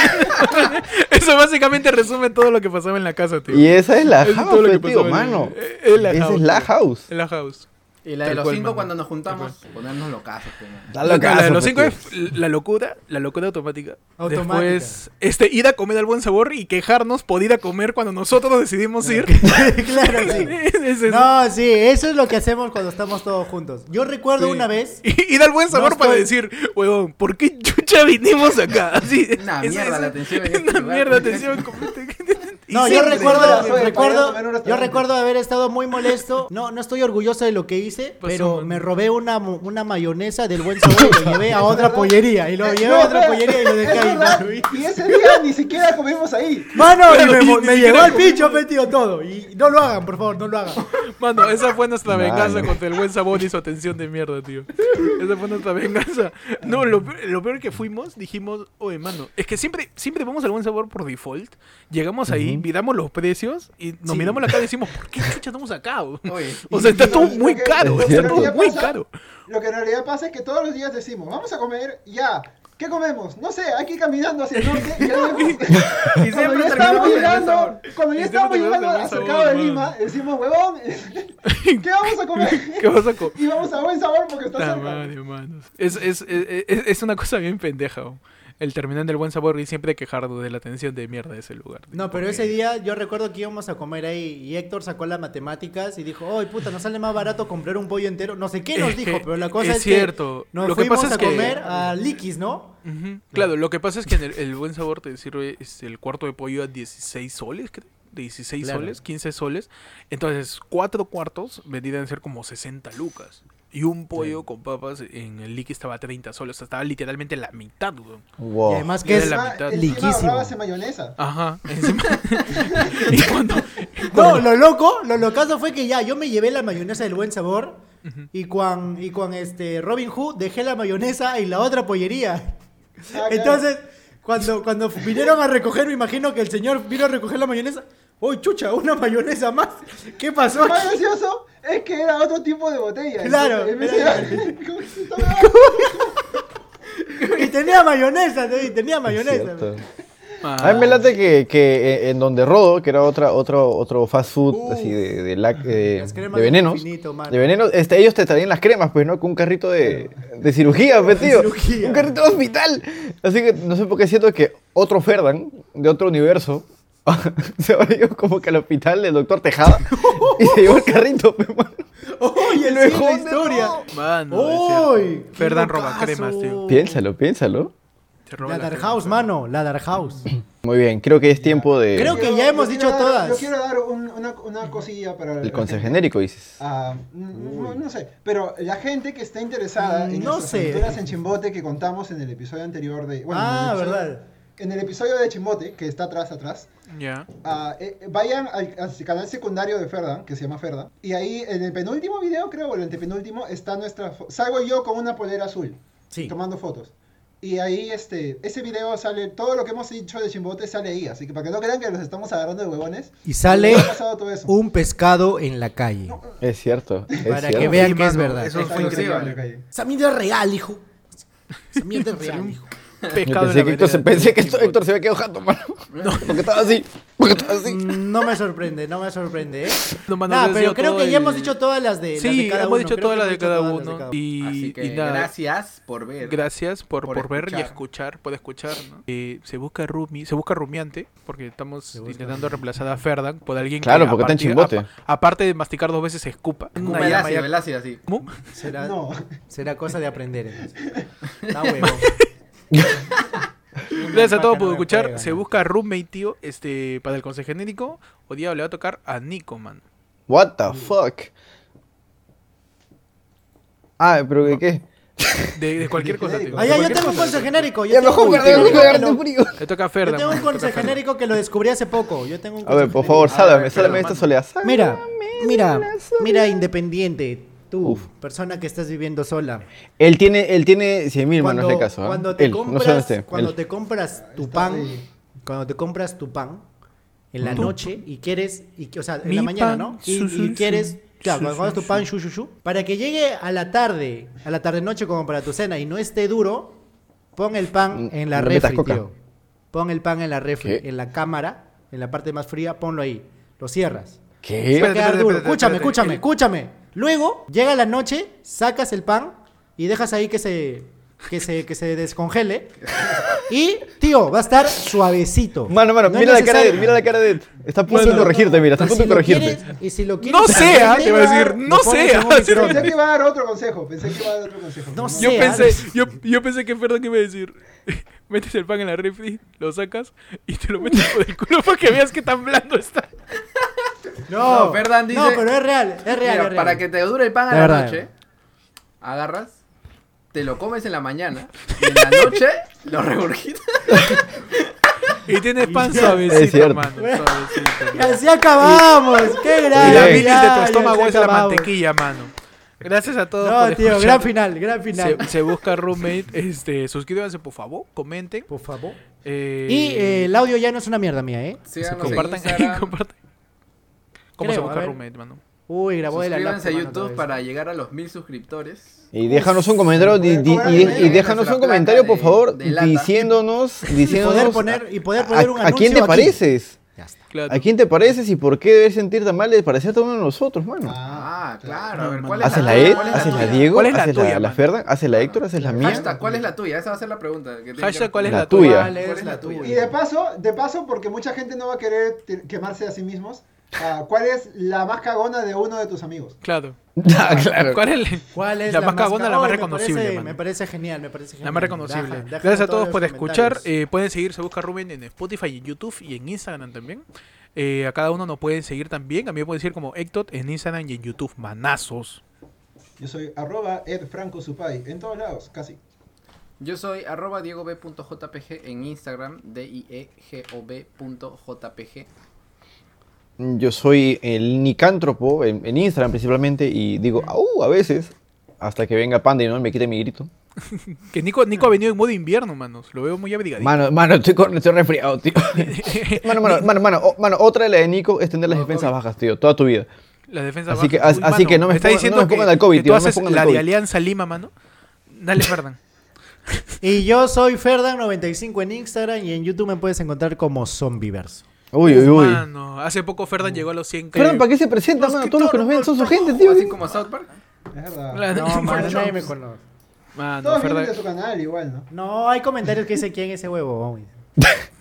Speaker 1: eso básicamente resume todo lo que pasaba en la casa, tío.
Speaker 2: Y esa es la
Speaker 1: Eso es todo lo
Speaker 2: house,
Speaker 1: que
Speaker 2: tío,
Speaker 1: pasaba en-
Speaker 2: mano.
Speaker 1: eh, es la
Speaker 2: Esa
Speaker 1: house,
Speaker 2: es la
Speaker 1: tío.
Speaker 2: house.
Speaker 1: En la house.
Speaker 5: Y la
Speaker 1: Tal
Speaker 5: de los
Speaker 1: cual,
Speaker 5: cinco
Speaker 1: mano.
Speaker 5: cuando nos juntamos, ponernos locazos. pues, mano.
Speaker 2: Da
Speaker 1: La,
Speaker 2: locazo,
Speaker 1: la de los
Speaker 2: pues,
Speaker 1: cinco
Speaker 2: tío.
Speaker 1: es la locura, la locura automática.
Speaker 3: Automática.
Speaker 1: Después, este, ir a comer al buen sabor y quejarnos por ir a comer cuando nosotros decidimos ir.
Speaker 3: claro, Ah. sí.
Speaker 1: Es eso.
Speaker 3: No, sí, eso es lo que hacemos cuando estamos todos juntos. Yo recuerdo
Speaker 1: Sí.
Speaker 3: una vez.
Speaker 1: Este, Y, y da el buen sabor
Speaker 3: No
Speaker 1: para
Speaker 3: estoy-
Speaker 1: decir, huevón, ¿por qué chucha vinimos acá? Así,
Speaker 5: Una
Speaker 1: es-
Speaker 5: mierda
Speaker 1: es-
Speaker 5: la atención en este
Speaker 1: Una
Speaker 5: lugar.
Speaker 1: mierda atención. completa. Y
Speaker 3: No, yo
Speaker 1: siempre-
Speaker 4: Ahora
Speaker 3: recuerdo,
Speaker 4: soy, para ir a
Speaker 3: recuerdo,
Speaker 4: comer a un
Speaker 3: yo
Speaker 4: restaurante.
Speaker 3: recuerdo haber estado muy molesto. No, no estoy orgulloso de lo que hice,
Speaker 1: Pasó,
Speaker 3: pero
Speaker 1: mano.
Speaker 3: me robé una, mo- una mayonesa del buen sabor y lo llevé a otra pollería. Y lo
Speaker 4: Eh,
Speaker 3: llevé
Speaker 4: no,
Speaker 3: a otra
Speaker 4: espera,
Speaker 3: pollería y lo
Speaker 4: es
Speaker 3: dejé ahí.
Speaker 4: verdad,
Speaker 3: mano, y-
Speaker 4: Y ese día ni siquiera comimos ahí.
Speaker 3: Mano, y me,
Speaker 1: y
Speaker 3: mo-
Speaker 1: ni
Speaker 3: me
Speaker 1: siquiera
Speaker 3: llegó al
Speaker 1: comí.
Speaker 3: pincho, metido todo. Y no lo hagan, por favor, no lo hagan.
Speaker 1: Mano, esa fue nuestra
Speaker 2: Mano.
Speaker 1: venganza contra el buen sabor y su atención de mierda, tío. Esa fue nuestra venganza. No, lo peor, lo peor que fuimos, dijimos, oye, mano, es que siempre, siempre vamos al buen sabor por default. Llegamos ahí, miramos los precios y nos
Speaker 3: Sí.
Speaker 1: miramos la cara y decimos, ¿por qué chucha estamos acá? bro?
Speaker 5: Oye,
Speaker 1: O sea, está
Speaker 4: Y-
Speaker 1: todo
Speaker 4: y lo
Speaker 1: muy
Speaker 4: que-
Speaker 1: caro,
Speaker 4: lo que
Speaker 1: está
Speaker 4: en
Speaker 1: todo
Speaker 4: realidad
Speaker 1: muy
Speaker 4: pasa-
Speaker 1: caro.
Speaker 4: Lo que en realidad pasa es que todos los días decimos, vamos a comer, ya. ¿Qué comemos? No sé, hay que ir caminando hacia el norte. Y ya vemos.
Speaker 5: siempre
Speaker 4: cuando ya
Speaker 5: terminamos
Speaker 4: estábamos
Speaker 5: en el
Speaker 4: llegando,
Speaker 5: sabor.
Speaker 4: cuando
Speaker 1: Y
Speaker 4: ya
Speaker 1: siempre
Speaker 4: estábamos
Speaker 1: terminamos
Speaker 4: llegando
Speaker 1: en el
Speaker 4: al cercado
Speaker 1: sabor,
Speaker 4: de
Speaker 1: man.
Speaker 4: Lima, decimos, huevón, ¿qué vamos a comer?
Speaker 1: ¿Qué vas a co-
Speaker 4: Y vamos a buen sabor porque está
Speaker 1: Puta
Speaker 4: cerca.
Speaker 1: madre, manos. Es, es, es, es- es una cosa bien pendeja. bro. El terminar del buen sabor y siempre quejarnos de la atención de mierda de ese lugar. tío.
Speaker 3: No, pero ese día yo recuerdo que íbamos a comer ahí y Héctor sacó las matemáticas y dijo, ¡Ay, puta, nos sale más barato comprar un pollo entero! No sé qué nos
Speaker 1: Es
Speaker 3: dijo,
Speaker 1: que
Speaker 3: pero la cosa
Speaker 1: es
Speaker 3: es,
Speaker 1: cierto.
Speaker 3: que nos
Speaker 1: Lo que
Speaker 3: fuimos
Speaker 1: pasa es
Speaker 3: a
Speaker 1: que-
Speaker 3: comer a Likis, ¿no?
Speaker 1: Ujú. Claro, lo que pasa es que en el, el buen sabor te sirve este, el cuarto de pollo a 16 soles, creo. 16
Speaker 3: Claro.
Speaker 1: soles, 15 soles. Entonces, cuatro cuartos vendrían a ser como 60 lucas. Y un pollo con papas en el liqui estaba a 30 soles. O sea, estaba literalmente la mitad, weón.
Speaker 2: Wow.
Speaker 3: Y además
Speaker 1: Y
Speaker 3: que
Speaker 1: era
Speaker 3: es...
Speaker 1: Oh, la mitad.
Speaker 4: Encima
Speaker 3: Liquísimo.
Speaker 4: ahorrabas en mayonesa.
Speaker 1: Ajá. encima- y cuando,
Speaker 3: No, lo loco, lo locazo fue que ya yo me llevé la mayonesa del buen sabor y con, y con este Robin Hood dejé la mayonesa y la otra pollería.
Speaker 4: Ah, claro.
Speaker 3: Entonces, cuando, cuando vinieron a recoger, me imagino que el señor vino a recoger la mayonesa. ¡Uy, chucha! ¡Una mayonesa más! ¿Qué pasó?
Speaker 4: Lo más gracioso es que era otro tipo de botella.
Speaker 3: Claro,
Speaker 4: En vez
Speaker 3: era-
Speaker 4: de- ¿Cómo se llama?
Speaker 3: Y tenía mayonesa, ¿no? y tenía mayonesa.
Speaker 2: Cierto.
Speaker 1: Ah,
Speaker 2: A mí me late que, que eh, en donde Rodo, que era otra, otro, otro fast food
Speaker 3: Uh,
Speaker 2: así de, de, la- de-
Speaker 3: las cremas
Speaker 2: de venenos,
Speaker 3: del infinito, mano.
Speaker 2: de venenos este, ellos te traían las cremas, pues, ¿no? Con un carrito de, de cirugía, pues, tío.
Speaker 3: cirugía.
Speaker 2: Un carrito de hospital. Así que no sé por qué siento que otro Ferdan, de otro universo, se habrá ido como que al hospital del doctor Tejada y se llevó el carrito, pues, mano.
Speaker 3: ¡Uy, el
Speaker 2: Lo
Speaker 3: mejor
Speaker 2: dejó
Speaker 3: la
Speaker 2: de
Speaker 3: historia!
Speaker 2: lado.
Speaker 1: Mano,
Speaker 3: ¡Uy!
Speaker 1: es cierto.
Speaker 3: ¡Qué
Speaker 1: Ferdan roba
Speaker 3: locazo!
Speaker 1: cremas, tío.
Speaker 2: Piénsalo, piénsalo.
Speaker 1: Se roba
Speaker 3: La
Speaker 1: las
Speaker 3: Dark
Speaker 1: cremas,
Speaker 3: House,
Speaker 1: Ferdan.
Speaker 3: mano, la Dark House.
Speaker 2: Muy bien, creo que es tiempo de
Speaker 3: Creo que
Speaker 4: Yo-
Speaker 3: ya
Speaker 4: yo
Speaker 3: hemos
Speaker 4: quiero
Speaker 3: dicho
Speaker 4: dar-
Speaker 3: todas.
Speaker 4: Yo quiero dar un- una, una cosilla para la
Speaker 2: el consejo
Speaker 4: gente.
Speaker 2: genérico, dices.
Speaker 4: Ah, mm, no, no sé, pero la gente que está interesada
Speaker 3: Mm,
Speaker 4: en
Speaker 3: no
Speaker 4: nuestras
Speaker 3: sé.
Speaker 4: aventuras en Chimbote que contamos en el episodio anterior de... bueno, en el
Speaker 3: ah,
Speaker 4: episodio-
Speaker 3: verdad.
Speaker 4: En el episodio de Chimbote, que está atrás, atrás,
Speaker 1: Ya.
Speaker 4: ah, eh, eh, vayan al, al canal secundario de Ferdan, que se llama Ferdan, y ahí en el penúltimo video, creo, o el antepenúltimo, está nuestra... fo- Salgo yo con una polera azul,
Speaker 3: Sí.
Speaker 4: tomando fotos. Y ahí, este, ese video sale, todo lo que hemos dicho de Chimbote sale ahí, así que para que no crean que los estamos agarrando de huevones,
Speaker 3: Y sale
Speaker 4: ha pasado todo eso.
Speaker 3: un pescado en la calle.
Speaker 2: Es cierto. Es
Speaker 3: Para que
Speaker 2: cierto.
Speaker 3: vean
Speaker 5: Sí,
Speaker 3: que es
Speaker 5: mano,
Speaker 3: verdad.
Speaker 5: eso
Speaker 4: Está
Speaker 5: fue
Speaker 4: increíble
Speaker 5: increíble.
Speaker 4: la calle.
Speaker 3: Esa mierda es real, hijo. Esa mierda es real, hijo.
Speaker 2: Yo
Speaker 1: Pescado
Speaker 2: pensé
Speaker 1: en la
Speaker 2: que, Héctor, se-
Speaker 1: vereda,
Speaker 2: pensé
Speaker 1: tío.
Speaker 2: que Héctor, Héctor se había quedado jato, mano. Porque estaba así. Porque estaba así.
Speaker 3: Mm, No me sorprende, no me sorprende, ¿eh?
Speaker 1: No, mano,
Speaker 3: Nah,
Speaker 1: ha
Speaker 3: pero
Speaker 1: sido
Speaker 3: creo
Speaker 1: todo
Speaker 3: que ya
Speaker 1: el-
Speaker 3: hemos dicho todas las de, las de
Speaker 1: Sí,
Speaker 3: cada
Speaker 1: hemos
Speaker 3: uno.
Speaker 1: dicho
Speaker 3: Creo
Speaker 1: todas
Speaker 3: que
Speaker 1: las de
Speaker 3: hemos
Speaker 1: cada
Speaker 3: dicho todas las de
Speaker 1: uno.
Speaker 3: cada
Speaker 1: Y,
Speaker 5: Así que
Speaker 1: y nada, gracias,
Speaker 5: gracias por ver.
Speaker 1: por, por,
Speaker 5: por
Speaker 1: ver y
Speaker 5: escuchar.
Speaker 1: escuchar, por escuchar. ¿no? Eh, se busca Rumi, se busca Rumiante, porque estamos
Speaker 3: busca
Speaker 1: intentando reemplazar a Ferdan por alguien
Speaker 2: Claro,
Speaker 1: que
Speaker 2: porque está en
Speaker 1: aparte-
Speaker 2: chimbote.
Speaker 1: apa- aparte de masticar dos veces, se escupa.
Speaker 5: Como
Speaker 1: Una
Speaker 5: el
Speaker 1: llama
Speaker 5: ácido,
Speaker 1: ya-
Speaker 5: el ácido, así.
Speaker 1: ¿Cómo?
Speaker 2: Ah.
Speaker 3: Será,
Speaker 4: No.
Speaker 3: será cosa de aprender. entonces. Está huevo.
Speaker 1: Gracias a todos por
Speaker 3: No me
Speaker 1: escuchar.
Speaker 3: pega,
Speaker 1: se
Speaker 3: ¿no?
Speaker 1: busca Roommate, tío, este, para el consejo genérico. Hoy día le va a tocar a Nico, man.
Speaker 2: What the fuck. Ah, pero ¿de
Speaker 3: Este
Speaker 2: qué?
Speaker 1: De, de cualquier cosa, tío.
Speaker 3: Ah,
Speaker 1: De
Speaker 3: ya, yo
Speaker 1: cualquier
Speaker 3: tengo un
Speaker 1: cosa.
Speaker 3: consejo genérico. Yo
Speaker 2: Ya
Speaker 3: tengo,
Speaker 2: mejor
Speaker 3: un-
Speaker 2: guardé
Speaker 3: yo
Speaker 2: el
Speaker 3: tengo que
Speaker 2: lugar
Speaker 3: lo-
Speaker 2: de frío.
Speaker 1: Le toca a
Speaker 3: yo
Speaker 1: Ferdan.
Speaker 3: tengo
Speaker 1: man,
Speaker 3: un
Speaker 1: le toca a
Speaker 3: consejo
Speaker 1: Ferdan.
Speaker 3: genérico que lo descubrí hace poco. Yo tengo un
Speaker 2: A ver,
Speaker 3: consejo
Speaker 2: por favor,
Speaker 5: A ver,
Speaker 2: sálvame,
Speaker 5: pero,
Speaker 2: sálvame de esta
Speaker 5: mano.
Speaker 2: soledad. Sálvame.
Speaker 3: Mira, Mira, mira, independiente, tú,
Speaker 2: Uf.
Speaker 3: persona que estás viviendo sola.
Speaker 2: Él tiene, él tiene 100 mil manos de caso. ¿ah?
Speaker 3: cuando te
Speaker 2: Él, no sé
Speaker 3: compras,
Speaker 2: dónde esté,
Speaker 3: cuando
Speaker 2: él.
Speaker 3: te compras tu
Speaker 4: Está
Speaker 3: pan,
Speaker 4: ahí.
Speaker 3: cuando te compras tu pan en la
Speaker 1: Tu-
Speaker 3: noche y quieres, y, que- o sea, en
Speaker 1: Mi
Speaker 3: la mañana,
Speaker 1: pan,
Speaker 3: ¿no? Y,
Speaker 1: su,
Speaker 3: y
Speaker 1: su, su,
Speaker 3: quieres, ya,
Speaker 1: su,
Speaker 3: cuando
Speaker 1: su,
Speaker 3: compras tu
Speaker 1: su.
Speaker 3: pan, shu, shu, shu, para que llegue a la tarde, a la tarde noche como para tu cena y no esté duro, pon el pan
Speaker 2: Mm,
Speaker 3: en la
Speaker 2: no le metas
Speaker 3: refri,
Speaker 2: coca.
Speaker 3: tío. Pon el pan en la refri,
Speaker 2: ¿Qué?
Speaker 3: en la cámara, en la parte más fría, ponlo ahí, lo cierras.
Speaker 2: ¿Qué?
Speaker 3: Se va a quedar
Speaker 1: Espérate,
Speaker 3: duro.
Speaker 1: espérate,
Speaker 3: Escúchame,
Speaker 1: espérate.
Speaker 3: escúchame,
Speaker 1: El-
Speaker 3: escúchame. Luego, llega la noche, sacas el pan y dejas ahí que se, que se, que se descongele. Y, tío, va a estar suavecito.
Speaker 2: Mano, mano,
Speaker 3: No es
Speaker 2: mira la cara de él,
Speaker 3: necesario.
Speaker 2: mira la cara de él. Está a
Speaker 3: Y si
Speaker 2: punto de
Speaker 3: lo-
Speaker 2: corregirte, mira, está a
Speaker 3: y
Speaker 2: punto de
Speaker 3: si lo
Speaker 2: corregirte.
Speaker 3: quieres- y si lo
Speaker 1: No
Speaker 3: quieres
Speaker 1: sea,
Speaker 3: aprender,
Speaker 1: te va a decir,
Speaker 3: lo
Speaker 1: no
Speaker 3: pones en
Speaker 1: sea.
Speaker 3: un microondas.
Speaker 4: Pensé que iba a dar otro consejo, pensé que iba a dar otro consejo.
Speaker 3: No sé.
Speaker 1: Yo
Speaker 3: Sí,
Speaker 1: pensé,
Speaker 3: Alex.
Speaker 1: yo, yo pensé que Fernando iba a decir, metes el pan en la refri, lo sacas y te lo metes por el culo para que veas que tan blando está.
Speaker 3: No,
Speaker 5: No, Ferdan dice-
Speaker 3: no, pero es real, es real,
Speaker 5: Mira,
Speaker 3: es real.
Speaker 5: para que te dure el pan a
Speaker 3: De
Speaker 5: la
Speaker 3: verdad.
Speaker 5: noche, agarras, te lo comes en la mañana, y en la noche lo regurgitas.
Speaker 1: Y tienes pan
Speaker 3: Es
Speaker 1: suavecito,
Speaker 2: cierto.
Speaker 1: hermano. Suavecito.
Speaker 3: Y así acabamos, qué
Speaker 1: Y
Speaker 3: grande.
Speaker 1: la
Speaker 2: Bien.
Speaker 1: bilis de tu estómago es la mantequilla,
Speaker 3: mantequilla.
Speaker 1: mano. Gracias a todos por
Speaker 3: No, tío,
Speaker 1: escuchar.
Speaker 3: gran final, gran final.
Speaker 1: Se, se busca roommate. Este, suscríbanse, por favor. Comenten.
Speaker 3: Por favor.
Speaker 1: eh,
Speaker 3: Y eh, el audio ya no es una mierda mía, ¿eh?
Speaker 5: Síganos en
Speaker 1: compartan.
Speaker 5: Instagram.
Speaker 1: compartan. ¿Cómo se
Speaker 3: Creo, a
Speaker 1: busca
Speaker 3: ver.
Speaker 1: roommate, mano?
Speaker 3: Uy, grabó de la
Speaker 5: Suscríbanse a
Speaker 3: laptop, mano,
Speaker 5: YouTube
Speaker 3: otra vez.
Speaker 5: para llegar a los mil suscriptores.
Speaker 2: Y déjanos un comentario, di- di-
Speaker 4: Oye,
Speaker 2: y,
Speaker 4: oye,
Speaker 2: y déjanos un
Speaker 5: nuestra
Speaker 2: comentario,
Speaker 5: placa
Speaker 2: por
Speaker 5: de-
Speaker 2: favor,
Speaker 5: de lata.
Speaker 2: diciéndonos,
Speaker 3: Y
Speaker 2: diciéndonos
Speaker 3: poder poner, y poder poner
Speaker 2: a-
Speaker 3: un
Speaker 2: a quién te
Speaker 3: anuncio aquí.
Speaker 2: pareces,
Speaker 3: Ya está.
Speaker 1: Claro.
Speaker 2: a quién te pareces y por qué debes sentirte mal de parecerte a uno de nosotros, mano.
Speaker 5: Ah, claro. A ver,
Speaker 1: No, hermano.
Speaker 5: ¿cuál es
Speaker 2: ¿Haces la
Speaker 5: tuya?
Speaker 2: Ed?
Speaker 5: ¿Cuál es la
Speaker 2: ¿Haces la
Speaker 5: tuya?
Speaker 2: Diego?
Speaker 1: ¿Cuál es la
Speaker 2: ¿Haces
Speaker 1: tuya,
Speaker 2: la, la
Speaker 1: mano?
Speaker 2: Ferdan? ¿Haces la Héctor? ¿Haces la mía?
Speaker 5: Hashtag, ¿cuál es la tuya? Esa va a ser la pregunta. que tiene
Speaker 1: Hashtag,
Speaker 5: que-
Speaker 1: ¿cuál es
Speaker 2: La
Speaker 1: la,
Speaker 2: tuya.
Speaker 1: tuya?
Speaker 3: ¿Cuál es la tuya?
Speaker 4: Y de paso, de paso, porque mucha gente no va a querer te- quemarse a sí mismos, ah, ¿cuál es la más cagona de uno de tus amigos?
Speaker 1: Claro.
Speaker 2: Ah, claro.
Speaker 1: ¿Cuál es la,
Speaker 3: ¿Cuál es
Speaker 1: la
Speaker 3: la,
Speaker 1: más cagona, la más
Speaker 3: Oye, Me
Speaker 1: reconocible,
Speaker 3: parece,
Speaker 1: mano?
Speaker 3: me parece genial, me parece genial.
Speaker 1: La más reconocible.
Speaker 3: Deja- deja
Speaker 1: Gracias a todos
Speaker 3: los
Speaker 1: por escuchar.
Speaker 3: comentarios.
Speaker 1: Eh, pueden seguir Se Busca Rubén en Spotify, en YouTube y en Instagram también. Eh, a cada uno nos pueden seguir también. A mí me pueden seguir como Ectot en Instagram y en YouTube. Manazos.
Speaker 4: Yo soy arroba edfrancosupay, en todos lados, casi.
Speaker 5: Yo soy arroba diegob.jpg en Instagram, d i e g o B punto jpg.
Speaker 2: Yo soy el nicántropo en, en Instagram principalmente y digo, au, a veces, hasta que venga Panda y no me quite mi grito.
Speaker 1: Que Nico, Nico ha venido en modo invierno, manos. Lo veo muy abrigadito.
Speaker 2: Mano, mano, estoy, con, estoy resfriado, tío. Mano, mano, mano, mano, o- mano, otra de la de Nico es tener las defensas bajas, tío, toda tu vida.
Speaker 1: la defensa
Speaker 2: así que-
Speaker 1: baja.
Speaker 2: así que no me
Speaker 1: está
Speaker 2: pongan-
Speaker 1: diciendo
Speaker 2: no me
Speaker 1: que-
Speaker 2: pongan al COVID,
Speaker 1: que
Speaker 2: tío,
Speaker 1: tú
Speaker 2: no me
Speaker 1: haces
Speaker 2: pongan al
Speaker 1: la
Speaker 2: COVID.
Speaker 1: de Alianza Lima, mano. Dale, Ferdan. eh.
Speaker 3: Y yo soy Ferdan95 en Instagram y en YouTube me puedes encontrar como Zombiverso.
Speaker 2: Uy, uy, uy.
Speaker 1: Mano, hace poco Ferdan llegó a los 100
Speaker 2: Ferdan, ¿para qué se presenta, mano? Todos los que nos ven son su gente, tío.
Speaker 5: Así como South Park.
Speaker 4: Es verdad.
Speaker 1: La-
Speaker 3: No, mano,
Speaker 1: Mano,
Speaker 3: nadie me conoce.
Speaker 4: todos vienen
Speaker 1: Ferdan.
Speaker 4: de su canal igual, ¿no?
Speaker 3: No, hay comentarios que dicen quién es ese huevo. hombre.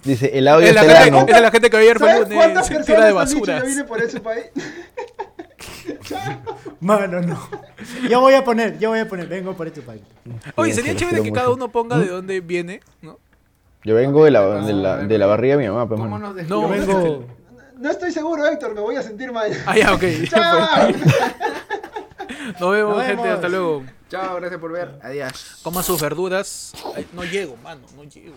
Speaker 2: Dice, el audio
Speaker 1: Es
Speaker 2: está
Speaker 1: la,
Speaker 4: Ferdan,
Speaker 1: gente,
Speaker 2: grano.
Speaker 4: ¿no?
Speaker 1: es de la gente que ayer fue
Speaker 4: ¿Sabes
Speaker 1: lunes,
Speaker 4: cuántas
Speaker 1: se
Speaker 4: personas
Speaker 1: tira de
Speaker 4: han dicho
Speaker 1: basura.
Speaker 4: yo vine por ese país?
Speaker 3: Mano, no. Yo voy a poner, yo voy a poner, vengo por este país.
Speaker 1: Oye,
Speaker 2: Sí,
Speaker 1: sería
Speaker 2: los
Speaker 1: chévere
Speaker 2: quiero
Speaker 1: que
Speaker 2: mucho.
Speaker 1: cada uno ponga de dónde viene, ¿no?
Speaker 2: Yo vengo de la, de la, de la barriga de mi mamá, pues,
Speaker 5: ¿Cómo
Speaker 2: mano.
Speaker 5: nos
Speaker 1: No,
Speaker 3: Yo
Speaker 5: descubrimos?
Speaker 3: vengo.
Speaker 4: No estoy seguro, Héctor, me voy a sentir mal.
Speaker 1: Ah, ya, ok.
Speaker 4: ¡Chao!
Speaker 1: Nos vemos,
Speaker 3: Nos
Speaker 1: gente.
Speaker 3: vemos.
Speaker 1: Hasta luego.
Speaker 5: Chao, gracias por ver. Adiós.
Speaker 1: Coman sus verduras. Ay, no llego, mano. No llego.